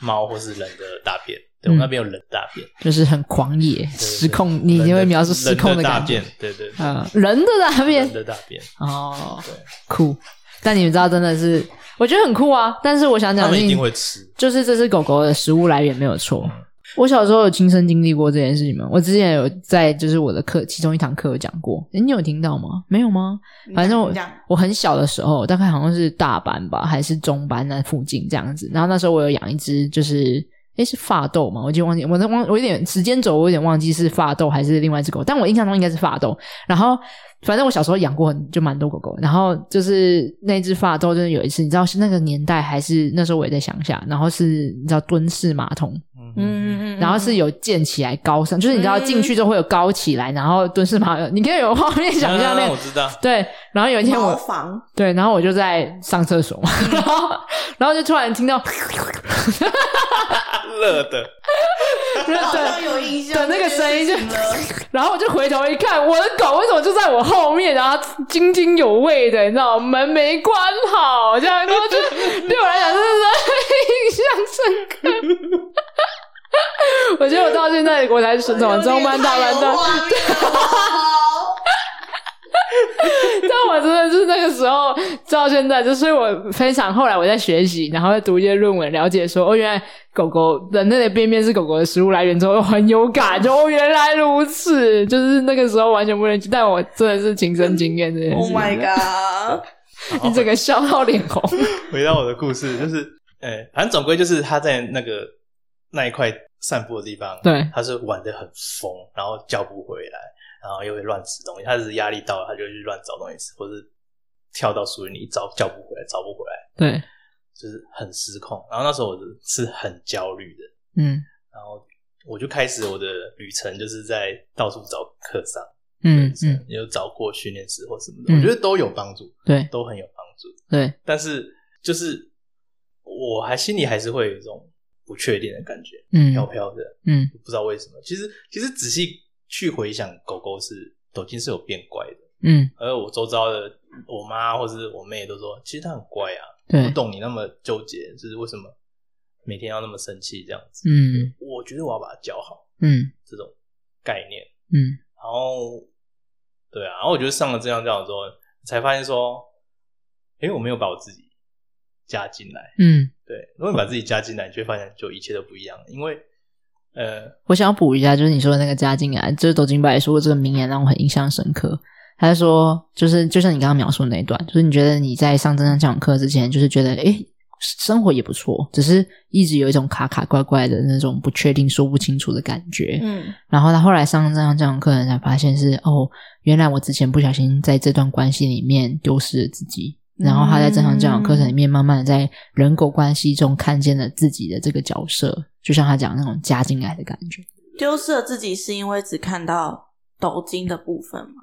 猫或是人的大便。对，我嗯那边有人大便，就是很狂野对失控，对你一人定会的描述失控人的大感觉便。，对对，对嗯，人的大便人的大便，哦，对，酷。但你们知道，真的是我觉得很酷啊。但是我想他讲的们事一情定，会吃。就是这是狗狗的食物来源没有错嗯。我小时候有亲身经历过这件事情吗？我之前有在就是我的课其中一堂课有讲过，诶你有听到吗？没有吗？反正我这样我很小的时候，大概好像是大班吧，还是中班那附近这样子。然后那时候我有养一只，就是诶是发豆嘛，我已经忘记，我都忘，我有点时间轴，我有点忘记是发豆还是另外一只狗，但我印象中应该是发豆。然后反正我小时候养过很就蛮多狗狗，然后就是那只发豆，就是有一次，你知道是那个年代还是那时候我也在乡下，然后是你知道蹲式马桶，嗯嗯，然后是有建起来高上，就是你知道进去之后会有高起来，然后蹲式马桶，你可以有画面想象那啊个我。知道，对，然后有一天我茅房，对，然后我就在上厕所嘛，然后然后就突然听到，乐啊的，好对像有印象，对那个声音就这件事情了然后我就回头一看，我的狗为什么就在我后面，然后津津有味的，你知道吗门没关好，这样，然后就对我来讲真的是印象深刻。 我觉得我到现在我才是怎么中班大班段，有点太有画面哦了 但我真的是那个时候到现在，就所以我非常后来我在学习，然后在读一些论文，了解说哦，原来狗狗人类的便便是狗狗的食物来源之后，很有感，就哦原来如此，就是那个时候完全不能，但我真的是亲身经验这件事。 Oh my god！ 你整个笑到脸红，回到我的故事，就是， 哎、反正总归就是他在那个那一块散步的地方，对他是玩的很疯，然后叫不回来，然后又会乱吃东西，他只是压力到了，他就去乱找东西吃，嗯或是跳到树林里找叫不回来，找不回来，对，就是很失控。然后那时候我是很焦虑的，嗯然后我就开始我的旅程，就是在到处找课上，嗯嗯，嗯，有找过训练师或什么的，嗯我觉得都有帮助，对都很有帮助。对，但是就是我还心里还是会有一种不确定的感觉，嗯飘飘的，嗯不知道为什么。其实其实仔细去回想，狗狗是抖音是有变乖的，嗯，而我周遭的我妈或是我妹都说，其实它很乖啊，不对，懂你那么纠结，就是为什么每天要那么生气这样子。嗯我觉得我要把它教好嗯这种概念，嗯然后对啊，然后我觉得上了这样教之后，才发现说，诶，我没有把我自己加进来。嗯，对，如果你把自己加进来，你就会发现就一切都不一样了，因为呃，我想要补一下，就是你说的那个加进来，就是抖金白说过这个名言让我很印象深刻。他就说，就是就像你刚刚描述的那一段，就是你觉得你在上真正讲课之前，就是觉得诶生活也不错，只是一直有一种卡卡怪怪的那种不确定、说不清楚的感觉。嗯，然后他后来上这样这堂课，才发现是哦，原来我之前不小心在这段关系里面丢失了自己。然后他在这堂这堂课程里面，慢慢的在人狗关系中看见了自己的这个角色，就像他讲的那种加进来的感觉。丢失了自己是因为只看到抖金的部分嘛？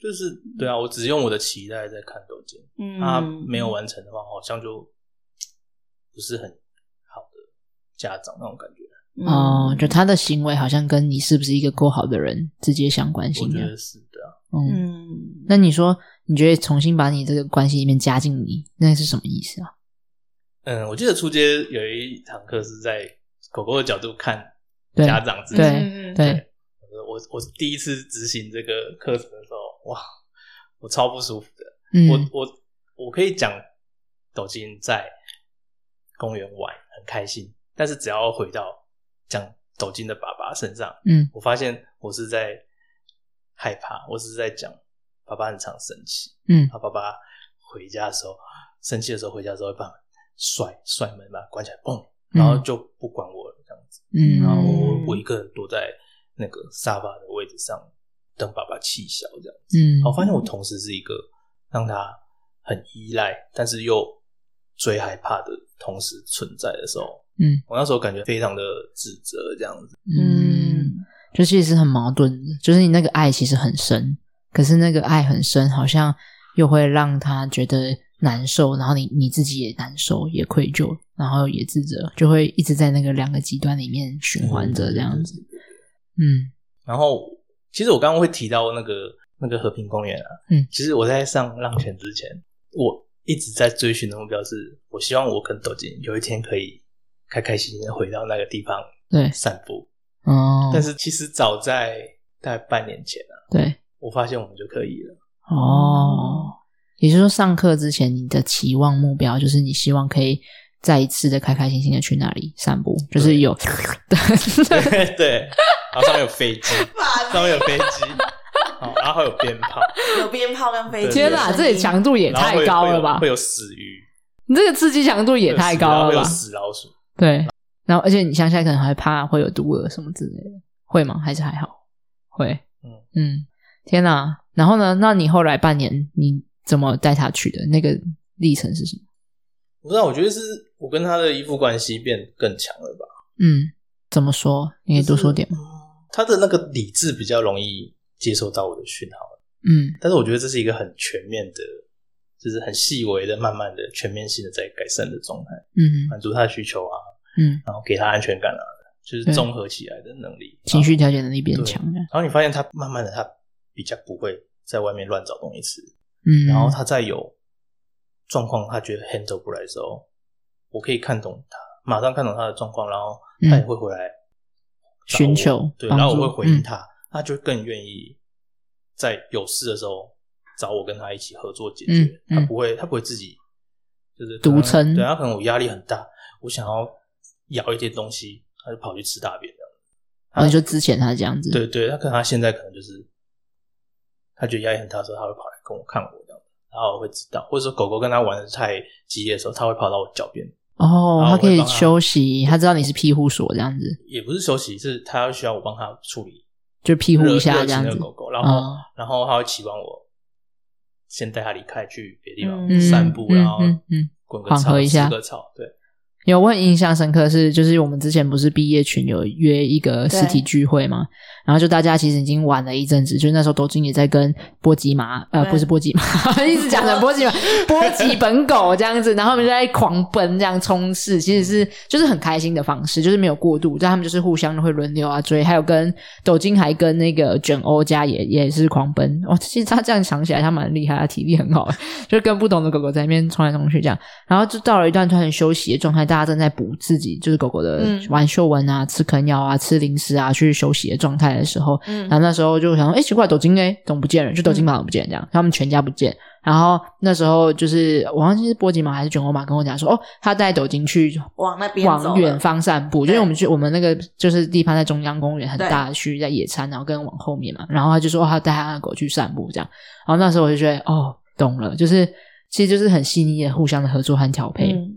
就是对啊，我只用我的期待在看斗金，嗯，他、啊没有完成的话，好像就不是很好的家长那种感觉，嗯哦，就他的行为好像跟你是不是一个够好的人直接相关我性觉的。得是的、啊。嗯，嗯，那你说，你觉得重新把你这个关系里面加进你，那是什么意思啊？嗯，我记得初阶有一堂课是在狗狗的角度看对家长自己，对嗯对，我我第一次执行这个课程的时候，哇，我超不舒服的。嗯我我我可以讲，抖金在公园玩很开心，但是只要回到讲抖金的爸爸身上，嗯我发现我是在害怕，我是在讲爸爸很常生气，嗯他爸爸回家的时候生气的时候，回家的时候会把门甩甩门把它关起来，嘣，然后就不管我了这样子，嗯，然后嗯我我一个人躲在那个沙发的位置上等爸爸气消这样。嗯，我发现我同时是一个让他很依赖，但是又最害怕的同时存在的时候，嗯，我那时候感觉非常的自责，这样子，嗯，就其实很矛盾的，就是你那个爱其实很深，可是那个爱很深，好像又会让他觉得难受，然后你你自己也难受，也愧疚，然后也自责，就会一直在那个两个极端里面循环着嗯这样子。嗯然后，其实我刚刚会提到那个那个和平公园啊，嗯其实我在上浪犬之前，我一直在追寻的目标是，我希望我跟斗金有一天可以开开心心的回到那个地方对，散步。哦，但是其实早在大概半年前啊，对，我发现我们就可以了。哦，也就是说，上课之前你的期望目标就是你希望可以再一次的开开心心的去那里散步，就是有，对对，然后上面有飞机，烦上面有飞机，好，然后还有鞭炮，有鞭炮跟飞机的声 音，天哪，这里强度也然后太会高会有了吧会？有死鱼，你这个刺激强度也太高会了有吧？死老鼠，对，然后而且你乡下可能还怕会有毒蛾什么之类的，会吗？还是还好？会，嗯嗯天哪！然后呢？那你后来半年你怎么带他去的？那个历程是什么？不知道，我觉得是我跟他的依附关系变更强了吧？嗯，怎么说？你可以多说点吗？他的那个理智比较容易接收到我的讯号，嗯但是我觉得这是一个很全面的，就是很细微的、慢慢的、全面性的在改善的状态，嗯满足他的需求啊，嗯，然后给他安全感啊，就是对综合起来的能力，情绪调节能力变对强，然后你发现他慢慢的，他比较不会在外面乱找东西吃，嗯，然后他在有状况，他觉得 handle 不来的时候，我可以看懂他，马上看懂他的状况，然后他也会回来找我寻求对，嗯帮然后我助嗯会回应他，他就更愿意在有事的时候找我跟他一起合作解决，嗯嗯他不会他不会自己就是独可能撑对，他可能我压力很大，我想要咬一些东西，他就跑去吃大便这样然后就哦之前他这样子，对对，他可能他现在可能就是，他觉得压力很大的时候，他会跑来跟我看我这样，然后我会知道，或者说狗狗跟他玩的太激烈的时候，他会跑到我脚边，哦，然他后我可会以帮他休息，他知道你是庇护所这样子，也不是休息，是他需要我帮他处理就庇护热一下热这情样的子，狗狗，然后、哦然后他会期望我先带他离开去别地方、嗯散步，嗯然后嗯嗯滚个缓草，和一下吃个草，对，有我很印象深刻是，就是我们之前不是毕业群有约一个实体对聚会嘛，然后就大家其实已经玩了一阵子，就那时候斗金也在跟波吉马，呃，对不是波吉马， 一直讲成波吉马，波吉本狗这样子，然后他们就在狂奔这样冲刺，其实是就是很开心的方式，就是没有过度，但他们就是互相会轮流啊追，还有跟斗金还跟那个卷欧家也也是狂奔，哦，其实他这样想起来他蛮厉害，他体力很好， 就跟不同的狗狗在那边冲来冲去这样。然后就到了一段突然休息的状态，大家正在补自己就是狗狗的嗯玩嗅闻啊、吃啃咬啊、吃零食啊、去休息的状态的时候，嗯然后那时候就想说，哎、奇怪，抖金哎，怎么不见了？就抖金马怎么不见了这嗯样，他们全家不见。然后那时候就是我忘记是波吉马还是卷毛马跟我讲说，哦，他带抖金去往那边走往了远方散步，就是对我们去我们那个就是地方在中央公园很对大的区域在野餐，然后跟往后面嘛，然后他就说、哦、他带他的狗去散步这样，然后那时候我就觉得哦，懂了，就是其实就是很细腻的互相的合作和调配，嗯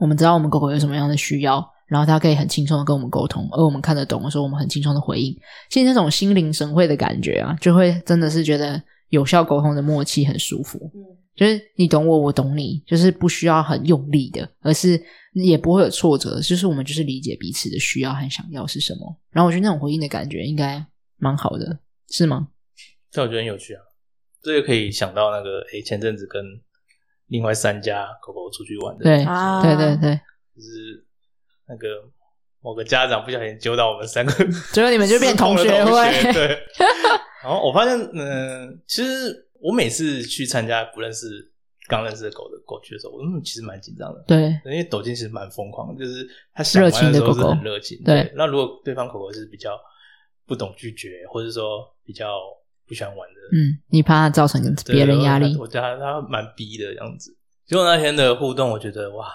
我们知道我们狗狗有什么样的需要，然后它可以很轻松的跟我们沟通，而我们看得懂的时候，我们很轻松的回应。其实那种心领神会的感觉啊，就会真的是觉得有效沟通的默契很舒服。嗯就是你懂我，我懂你，就是不需要很用力的，而是也不会有挫折，就是我们就是理解彼此的需要和想要是什么。然后我觉得那种回应的感觉应该蛮好的，是吗？但我觉得很有趣啊，这个可以想到那个，诶、前阵子跟另外三家狗狗出去玩的，对啊对对对，就是那个某个家长不小心揪到我们三个失控的同学，结果你们就变同学会，对。 然后我发现，嗯、其实我每次去参加不认识、刚认识的狗的狗去的时候，我嗯，其实蛮紧张的，对因为抖金其实蛮疯狂的，就是它想玩时候是很热情。热情的狗狗对那如果对方狗狗是比较不懂拒绝，或者说比较不喜欢玩的，嗯，你怕它造成对别人压力，我觉得他他蛮逼的这样子。结果那天的互动，我觉得哇，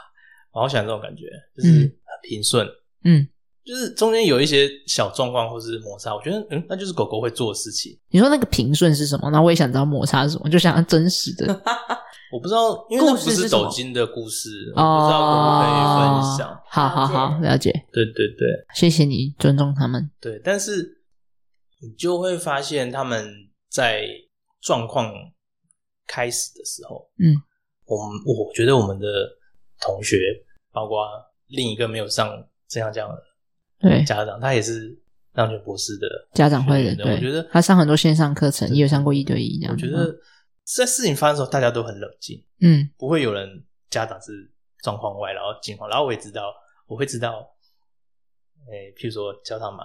我好喜欢这种感觉，就是嗯很平顺，嗯，就是中间有一些小状况或是摩擦，我觉得嗯，那就是狗狗会做的事情。你说那个平顺是什么？那我也想知道摩擦是什么，就想要真实的。 我不知道，因为那故事不是是什么哦抖金的故事，我哦不知道可不可以分享。好好好，了解，对对对谢谢你尊重他们。对，但是你就会发现他们在状况开始的时候，嗯，我们我觉得我们的同学，包括另一个没有上这样讲的对，家长，他也是让全博士的家长会的，学员对，我觉得他上很多线上课程，也有上过一对一这样。我觉得在事情发生的时候，大家都很冷静，嗯，不会有人家长是状况外，然后惊慌，然后我也知道，我会知道，诶、譬如说教他妈，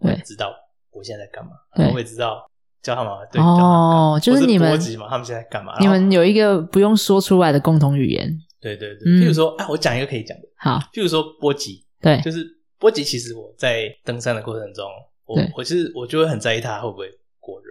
对我也知道我现在在干嘛，对然后我也知道教他妈对哦教就他妈干是或你们波及嘛，他们现在干嘛？你然们后有一个不用说出来的共同语言。对对对，嗯譬如说，啊，我讲一个可以讲的，好，譬如说波及，对，就是波及，其实我在登山的过程中，我对我其实我就会很在意它会不会过热，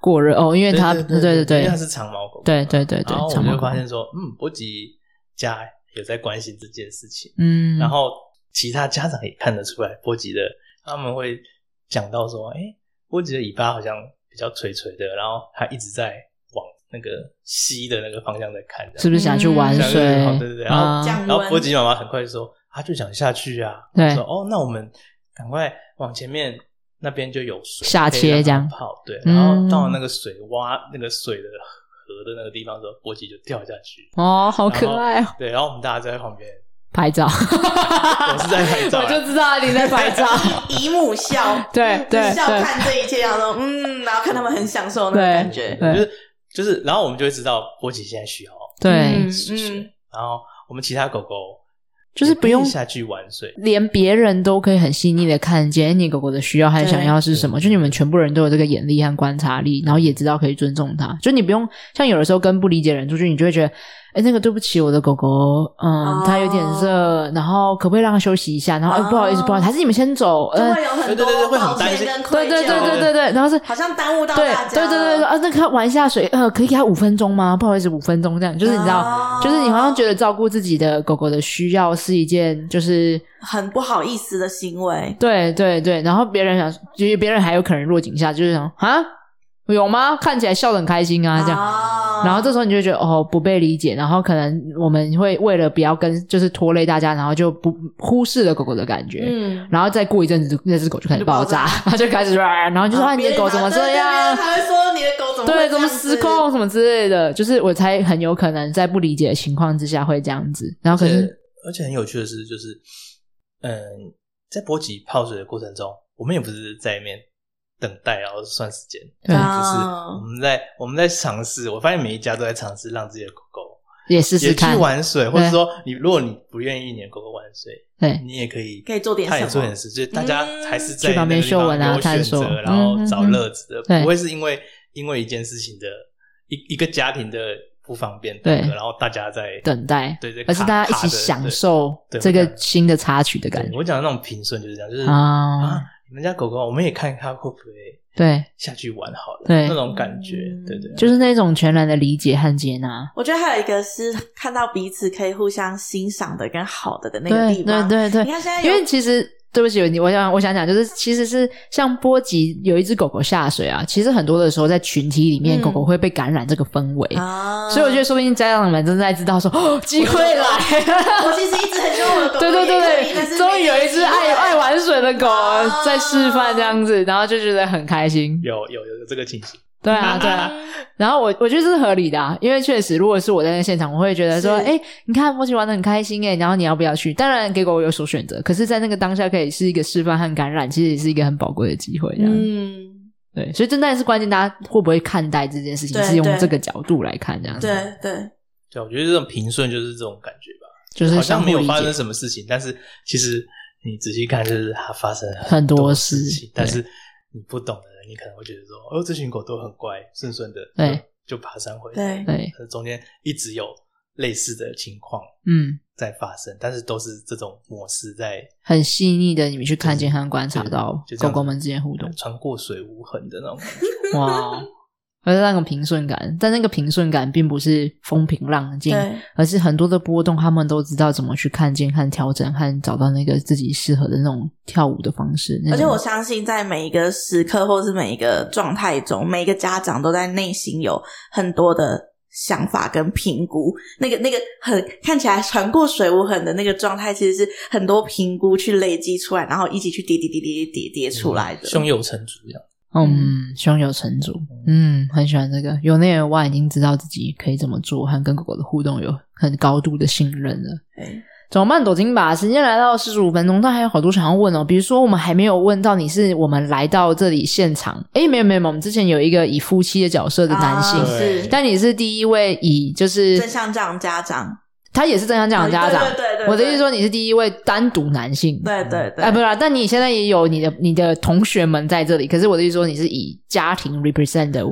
过热哦，因为他，对对对因对为它，是长毛狗狗嘛，对对对对然后我长毛就狗发现说，嗯，波及家有在关心这件事情。嗯，然后其他家长也看得出来，波吉的他们会讲到说，哎，波吉的尾巴好像比较垂垂的，然后它一直在往那个西的那个方向在看，这是样不是想去玩嗯想去水好对对对然后啊这？样然后波吉妈妈很快就说，他就想下去啊，对说哦，那我们赶快往前面。那边就有水，下切可以让它这样泡对，嗯然后到了那个水洼、那个水的河的那个地方的时候，波吉就掉下去。哦，好可爱哦，对，然后我们大家就在旁边，拍照， 我我是在拍照啊我就知道你在拍照， 哦姨母笑，对就对笑对看这一切，然后说嗯，然后看他们很享受那对个感觉，对就是就是，然后我们就会知道波奇现在需要对，嗯水，嗯然后我们其他狗狗就是不用也可以下去玩水。连别人都可以很细腻的看见哎你狗狗的需要和想要是什么，就你们全部人都有这个眼力和观察力，然后也知道可以尊重它。就你不用像有的时候跟不理解人出去，你就会觉得，哎，那个对不起，我的狗狗，嗯哦，它有点热，然后可不可以让它休息一下？然后，哎，哦不好意思，不好意思，还是你们先走，就嗯，会有很对对对多会很抱担歉心跟愧对对疚，对对对对，然后是好像耽误到对大家了，对对对对，啊，那个玩一下水，呃，可以给它五分钟吗？不好意思，五分钟这样，就是你知道。哦就是你好像觉得照顾自己的狗狗的需要是一件，就是很不好意思的行为，对对对，然后别人想，就是别人还有可能落井下，就是想啊，有吗？看起来笑得很开心啊，这样。哦然后这时候你就觉得哦不被理解，然后可能我们会为了不要跟就是拖累大家，然后就不忽视了狗狗的感觉，嗯，然后再过一阵子那只狗就 开始就爆爆炸，它就开始哇，然后就说、啊你的狗怎么这样？还会说你的狗怎么对，会这怎么样失？子控什么之类的，就是我才很有可能在不理解的情况之下会这样子，然后可而是且而且很有趣的是，就是嗯，在波及泡水的过程中，我们也不是在里面等待然后算时间，对就是哦我们在我们在尝试。我发现每一家都在尝试让自己的狗狗也试试也去看，玩水，或者对说你如果你不愿意你的狗狗玩水，对你也可以可以做点它也什么做点事，就是大家嗯还是在去旁边那个地方嗅闻啊有探选索择，然后嗯嗯找嗯乐子的，对不会是因为因为一件事情的一一个家庭的不方便，对然后大家在等待，对对，而是卡大家一卡起着享对受对这我个讲新的插曲的感对觉我讲的那种平顺就是这样，就是啊啊，，你们家狗狗，我们也看它会不会对，下去玩好了，对那种感觉，对对，就是那种全然的理解和接纳，我觉得还有一个是看到彼此可以互相欣赏的跟好的的那个对地方。对对你对，看现在因有为其实。对不起，你我想我想讲，就是其实是像波及有一只狗狗下水啊，其实很多的时候在群体里面，嗯狗狗会被感染这个氛围，啊，所以我觉得说不定家长们正在知道说哦机会来了，我其实一直很希望我的狗狗对对对也可以对，但是终于有一只爱爱玩水的狗啊在示范这样子，然后就觉得很开心，有有有有这个情形，对 啊对啊，然后我我觉得这是合理的、啊，因为确实，如果是我在那现场，我会觉得说，是哎，你看莫奇玩的很开心哎，然后你要不要去？当然，给狗有所选 择，可是，在那个当下可以是一个示范和感染，其实也是一个很宝贵的机会。这样、嗯，对，所以这当然是关键，大家会不会看待这件事情，对是对用这个角度来看，这样子对对，对，我觉得这种平顺就是这种感觉吧，就是好像相没互有理发生解。什么事情，但是其实你仔细看，就是它发生很多多事情对，但是你不懂的人，你可能会觉得说，哦，这群狗都很乖，顺顺的，对就，就爬山回对来，对，可是中间一直有类似的情况嗯，在发生，但是都是这种模式在很细腻的，你们去看见和观察对到就这狗样狗子们之间互动，穿嗯过水无痕的那 种感觉。 哇，而是那种平顺感，但那个平顺感并不是风平浪静，对而是很多的波动，他们都知道怎么去看见和调整，和找到那个自己适合的那种跳舞的方式。那而且种我相信，在每一个时刻或是每一个状态中，每一个家长都在内心有很多的想法跟评估。那个那个很看起来船过水无痕的那个状态，其实是很多评估去累积出来，然后一起去叠叠叠叠叠叠出来的。胸有成竹这样。嗯，胸有成竹，嗯，很喜欢这个。由内而外，已经知道自己可以怎么做，和跟狗狗的互动有很高度的信任了。对怎么办？抖金吧，时间来到四十五分钟，但还有好多想要问哦。比如说，我们还没有问到你是我们来到这里现场，诶，没有没有，没有我们之前有一个以夫妻的角色的男性，啊对是但你是第一位以就是正向这样家长，他也是正向讲家长，对对对对，我的意思说，你是第一位单独男性，对，对对，哎，不是啊，但你现在也有你的你的同学们在这里，可是我的意思说，你是以家庭 represent 的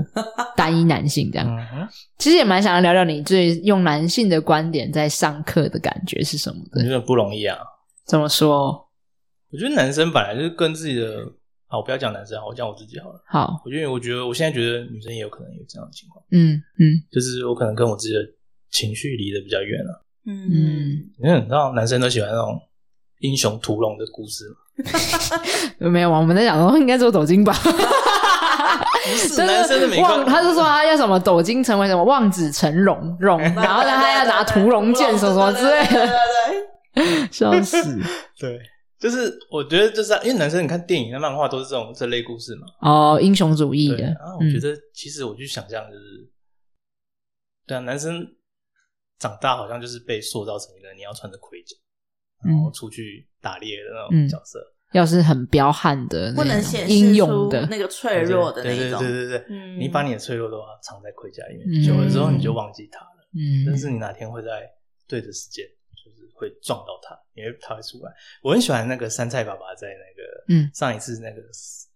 单一男性这样，嗯哼，其实也蛮想要聊聊你最用男性的观点在上课的感觉是什么我觉的？得不容易啊。怎么说？我觉得男生本来就是跟自己的啊，我不要讲男生啊，我讲我自己好了。好，我觉得，我觉得我现在觉得女生也有可能有这样的情况，嗯嗯就是我可能跟我自己的情绪离得比较远了、嗯，嗯因为你知道，男生都喜欢那种英雄屠龙的故 事嘛，，没有啊，我们在讲说应该做抖金吧。不 是就是男生的每望，个，他是说他要什么抖金成为什么望子成龙龙，然后呢他要拿屠龙剑什么什么之类对对 的，对对。笑死！ 对，就是我觉得就是啊因为男生你看电影、跟漫画都是这种这类故事嘛，哦，英雄主义对的，嗯啊，我觉得其实我去想象就是，对啊，男生长大好像就是被塑造成一个你要穿着盔甲，然后嗯出去打猎的那嗯种角色，要是很彪悍的那种，不能显英示勇出的，那个脆弱的那对一对种。对对对对，嗯你把你的脆弱都藏在盔甲里嗯面，久了之后你就忘记它了，但嗯是你哪天会在对的时间，就是会撞到它，因为它会出来。我很喜欢那个山菜爸爸在那个嗯上一次那个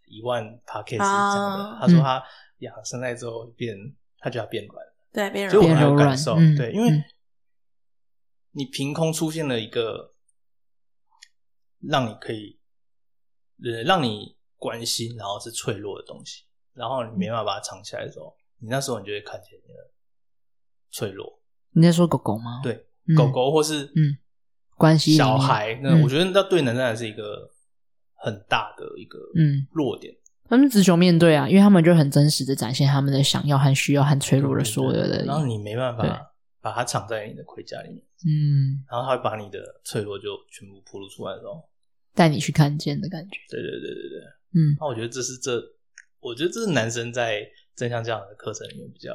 一万 p a c k a g e 啊讲的，嗯他说他养山菜之后变，他觉得它变软了，对，变所以我变很柔有软感受。嗯对，因为嗯你凭空出现了一个让你可以呃让你关心，然后是脆弱的东西，然后你没办法把它藏起来的时候，你那时候你就会看见你的脆弱。你在说狗狗吗？对，嗯狗狗或是嗯关系里面小孩，那嗯我觉得那对男生来是一个很大的一个嗯弱点。他们直球面对啊，因为他们就很真实的展现他们的想要和需要和脆弱的所有的，然后你没办对法把它藏在你的盔甲里面，嗯然后它会把你的脆弱就全部暴露出来的时候，带你去看见的感觉，对对对对对。嗯，那我觉得这是这，我觉得这是男生在正向教养的课程里面比较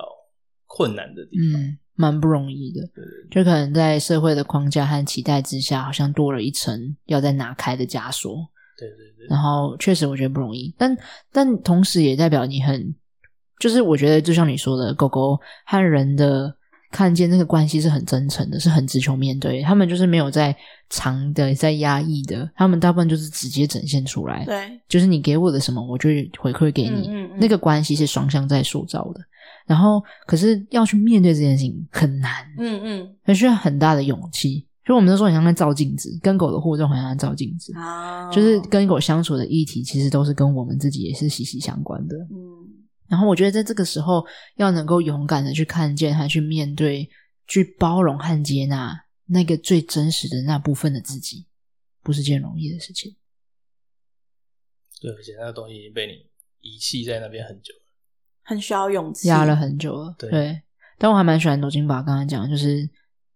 困难的地方。嗯，蛮不容易的。对对对就可能在社会的框架和期待之下，好像多了一层要再拿开的枷锁。对对对，然后确实我觉得不容易，但但同时也代表你很，就是我觉得就像你说的，狗狗和人的看见那个关系是很真诚的，是很直球面对，他们就是没有在藏的、在压抑的，他们大部分就是直接展现出来。对，就是你给我的什么，我就回馈给你。嗯嗯嗯那个关系是双向在塑造的，然后可是要去面对这件事情很难，嗯很需要很大的勇气。所以我们都说很像在照镜子，跟狗的互动很像在照镜子嗯，，啊，就是跟狗相处的议题，其实都是跟我们自己也是息息相关的。嗯然后我觉得在这个时候，要能够勇敢的去看见，还去面对，去包容和接纳那个最真实的那部分的自己，不是件容易的事情。对，而且那个东西已经被你遗弃在那边很久了。很需要勇气，压了很久了。对但我还蛮喜欢罗金宝刚刚讲的，就是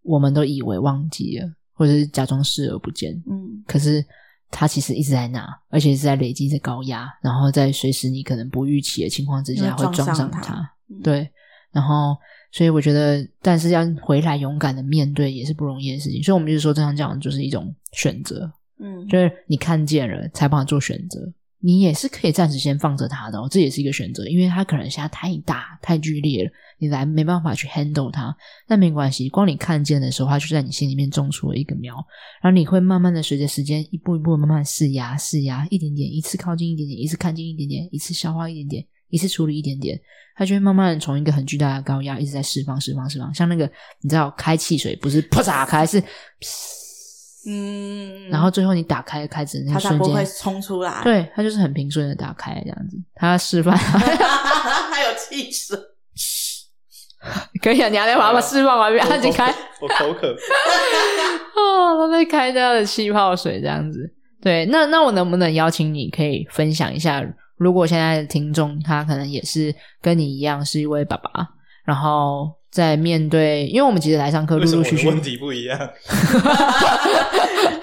我们都以为忘记了，或者是假装视而不见，嗯可是他其实一直在拿，而且是在累积着高压，然后在随时你可能不预期的情况之下会会撞撞上上它它。嗯对，然后所以我觉得，但是要回来勇敢的面对也是不容易的事情。所以我们就是说，这样讲的就是一种选择，嗯，就是你看见了才帮他做选择，你也是可以暂时先放着他的、哦，这也是一个选择，因为他可能现在太大太剧烈了，你来没办法去 handle 他，那没关系，光你看见的时候，它就在你心里面种出了一个苗，然后你会慢慢的随着时间一步一步地慢慢释压释压，一点点一次靠近一点点，一次看见一点点，一次消化一点点，一次处理一点点，它就会慢慢的从一个很巨大的高压一直在释放释放释放，像那个你知道开汽水不是 啪嚓开是。嗯，然后最后你打开开始那它个才瞬不间，会冲出来， 对，它就是很平顺的打开这样子。它示范，嗯还有气势， 可以啊，你还在把它释放完毕，它已经开，我口 渴。哦，它在开它的气泡水这样子。对，那那我能不能邀请你可以分享一下？如果现在的听众他可能也是跟你一样是一位爸爸，然后在面对，因为我们其实来上课为陆什么陆我续的续，问题不 一样？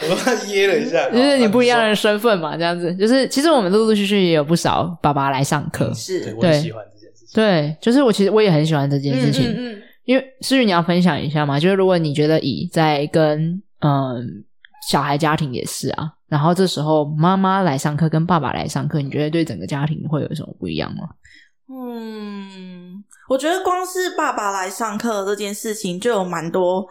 我刚刚噎了一下，就是你不一样好。的身份嘛，这样子。就是其实我们陆陆续续也有不少爸爸来上课，那是你说对，我很喜欢这件事情。对，就是我其实我也很喜欢这件事情，嗯嗯嗯因为思雨，你要分享一下嘛？就是如果你觉得乙在跟嗯小孩家庭也是啊，然后这时候妈妈来上课跟爸爸来上课，你觉得对整个家庭会有什么不一样吗？嗯，我觉得光是爸爸来上课这件事情，就有蛮多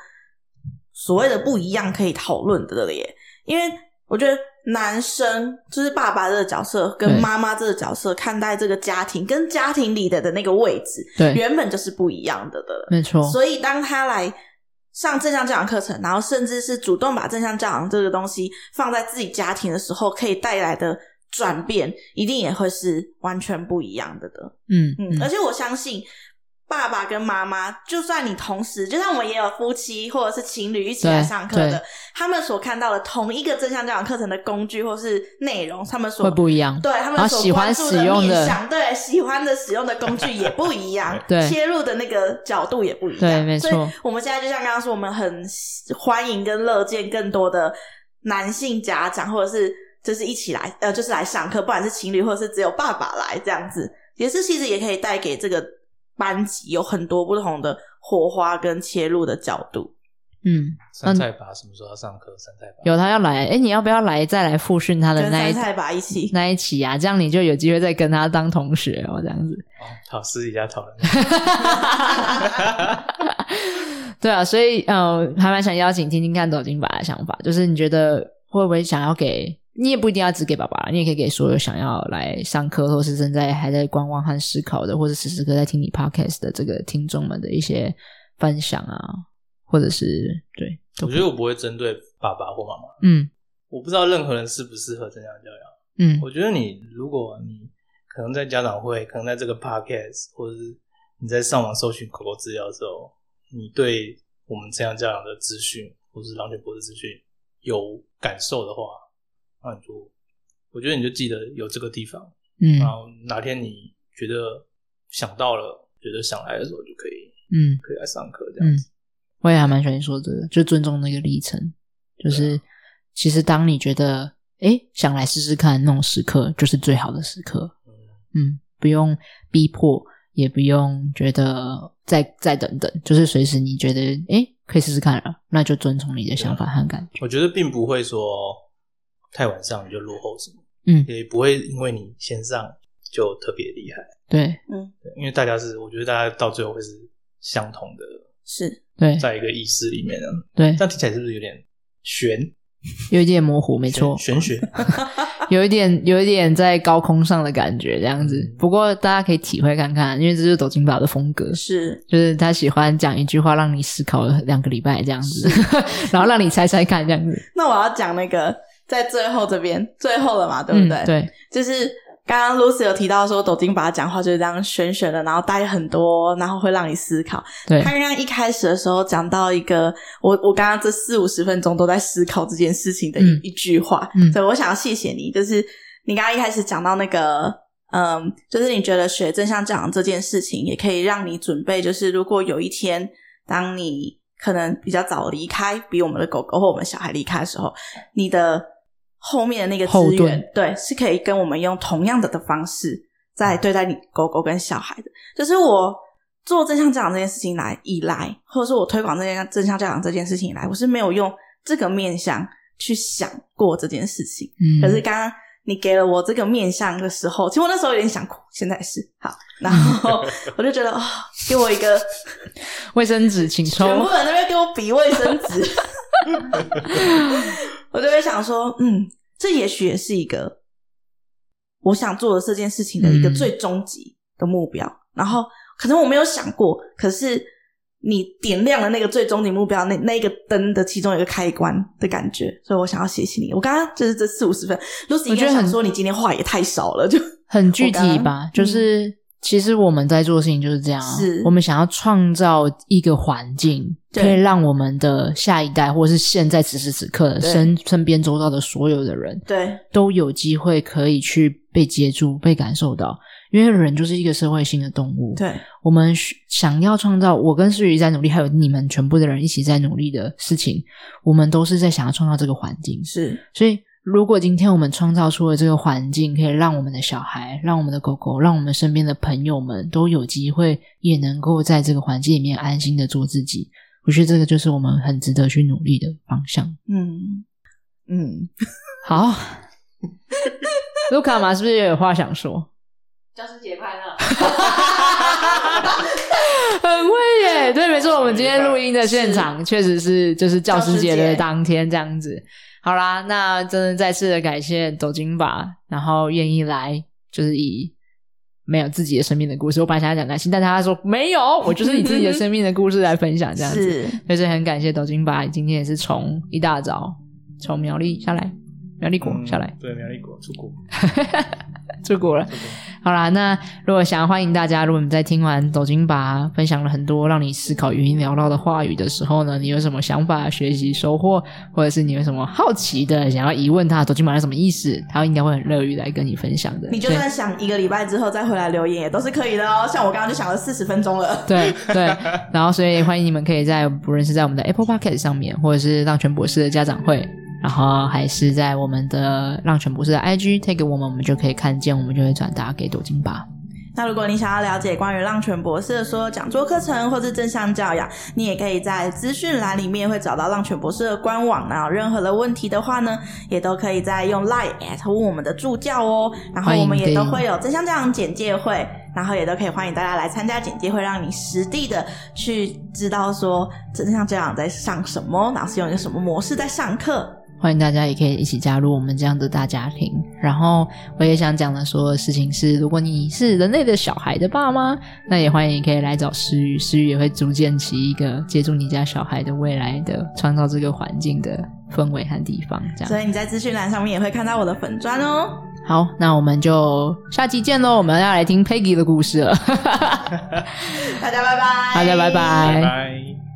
所谓的不一样可以讨论的了耶。因为我觉得男生就是爸爸这个角色，跟对妈妈这个角色看待这个家庭，跟家庭里的的那个位置，对，原本就是不一样的的了。没错，所以当他来上正向教养课程，然后甚至是主动把正向教养这个东西放在自己家庭的时候，可以带来的转变，一定也会是完全不一样的的。嗯嗯，而且我相信爸爸跟妈妈，就算你同时，就像我们也有夫妻或者是情侣一起来对上课的对，他们所看到的同一个正向教养课程的工具或是内容，他们所会不一样，对他然们后所啊喜关欢注使用的，面向，对喜欢的使用的工具也不一样 对切入的那个角度也不一样，对没错所以我们现在就像刚刚说，我们很欢迎跟乐见更多的男性家长，或者是就是一起来，呃，就是来上课，不管是情侣或者是只有爸爸来这样子，也是其实也可以带给这个班级有很多不同的火花跟切入的角度。嗯，山菜爸什么时候要上课？山菜爸哦有他要来，哎，你要不要来再来复训他的跟那三一菜吧一起，那一期啊？这样你就有机会再跟他当同学 哦，这样子。哦好，私底下讨论。对啊，所以呃，还蛮想邀请听听看抖金爸的想法，就是你觉得会不会想要给你也不一定要只给爸爸，你也可以给所有想要来上课或是正在还在观望和思考的，或者此时此刻在听你 podcast 的这个听众们的一些分享啊，或者是对，都我可觉以得我不会针对爸爸或妈妈，嗯我不知道任何人适不适合正向教养。嗯我觉得你如果你可能在家长会，可能在这个 podcast，或者是你在上网搜寻狗狗资料之后，你对我们这样教养的资讯，或是狼犬博士资讯有感受的话，那你就我觉得你就记得有这个地方，嗯然后哪天你觉得想到了，觉得想来的时候就可以嗯，可以来上课这样子。我也还蛮喜欢你说这个，就尊重那个历程，就是其实当你觉得诶想来试试看那种时刻，就是最好的时刻，嗯，不用逼迫，也不用觉得再再等等，就是随时你觉得诶可以试试看了，那就遵从你的想法和感觉。我觉得并不会说太晚上你就落后什么，嗯，也不会因为你先上就特别厉害。对因为大家是，我觉得大家到最后会是相同的，是对在一个意识里面的。对这，样听起来是不是有点悬？有一点模糊，没错， 玄玄学。有一点有一点在高空上的感觉这样子嗯。不过大家可以体会看看，因为这就是抖金宝的风格。是，就是他喜欢讲一句话，让你思考两个礼拜这样子， 然后让你猜猜看这样子，那我要讲那个在最后这边最后了嘛，对不对？嗯、对，就是刚刚 Lucy 有提到说，抖金把他讲话就是这样玄玄的，然后带很多，然后会让你思考。对他刚刚一开始的时候讲到一个，我我刚刚这四五十分钟都在思考这件事情的一,、嗯一句话，嗯所以我想要谢谢你，就是你刚刚一开始讲到那个。嗯，就是你觉得学正向教养这件事情，也可以让你准备，就是如果有一天，当你可能比较早离开，比我们的狗狗或我们小孩离开的时候，你的后面的那个后资源盾，对，是可以跟我们用同样的的方式在对待你狗狗跟小孩的。就是我做正向教养这件事情来以来，或者说我推广这件正向教养这件事情以来，我是没有用这个面向去想过这件事情。嗯，可是刚刚你给了我这个面向的时候，其实我那时候有点想哭，现在是好， 然后我就觉得哦，给我一个卫生纸请抽，全部人在那边给我比卫生纸， 我就会想说，嗯，这也许也是一个我想做的这件事情的一个嗯最终极的目标。然后可能我没有想过，可是你点亮了那个最终极目标那那一个灯的其中一个开关的感觉，所以我想要谢谢你。我刚刚就是这四五十分，Lucy 我应觉得该想很说你今天话也太少了，就很具我体刚吧刚，就是、其实我们在做的事情就是这样、啊，是我们想要创造一个环境，对可以让我们的下一代，或是现在此时此刻对身身边周遭的所有的人，对都有机会可以去被接触、被感受到，因为人就是一个社会性的动物，对我们需想要创造，我跟诗雨在努力，还有你们全部的人一起在努力的事情，我们都是在想要创造这个环境。是所以，如果今天我们创造出了这个环境，可以让我们的小孩、让我们的狗狗、让我们身边的朋友们都有机会，也能够在这个环境里面安心的做自己，我觉得这个就是我们很值得去努力的方向。嗯嗯，好，卢卡嘛，是不是也有话想说？教师节快乐。 很会耶，对，没错，我们今天录音的现场确实是就是教师节的当天这样子。好啦，那真的再次的感谢抖金吧，然后愿意来，就是以没有自己的生命的故事，我本来想要讲感性，但他说没有，我就是以自己的生命的故事来分享这样子，是，就是很感谢抖金吧，今天也是从一大早从苗栗下来，苗栗国下来嗯，对，苗栗国出国，出国了。出国好啦，那如果想要欢迎大家，如果你在听完抖金吧分享了很多让你思考语音聊到的话语的时候呢，你有什么想法、学习收获，或者是你有什么好奇的想要疑问他抖金吧是什么意思，他应该会很乐于来跟你分享的。你就算想一个礼拜之后再回来留言也都是可以的哦。像我刚刚就想了四十分钟 了，对对对，然后所以欢迎你们可以在不论是在我们的 Apple Podcast 上面，或者是浪泉博士的家长会，然后还是在我们的浪泉博士的 IG tag 我们，我们就可以看见，我们就会转达给抖金吧。 那如果你想要了解关于浪犬博士的所有讲座课程或是正向教养，你也可以在资讯栏里面会找到浪犬博士的官网。然后任何的问题的话呢，也都可以再用 Line at 问我们的助教哦。然后我们也都会有正向教养简介会，然后也都可以欢迎大家来参加简介会，让你实地的去知道说正向教养在上什么，然后是用一个什么模式在上课。欢迎大家也可以一起加入我们这样的大家庭。然后我也想讲的说的事情是，如果你是人类的小孩的爸妈，那也欢迎你可以来找思雨，思雨也会逐渐起一个接住你家小孩的未来的创造这个环境的氛围和地方。这样所以你在资讯栏上面也会看到我的粉砖哦。好，那我们就下期见喽！我们 要来听 Peggy 的故事了，大家拜拜，大家拜拜拜拜。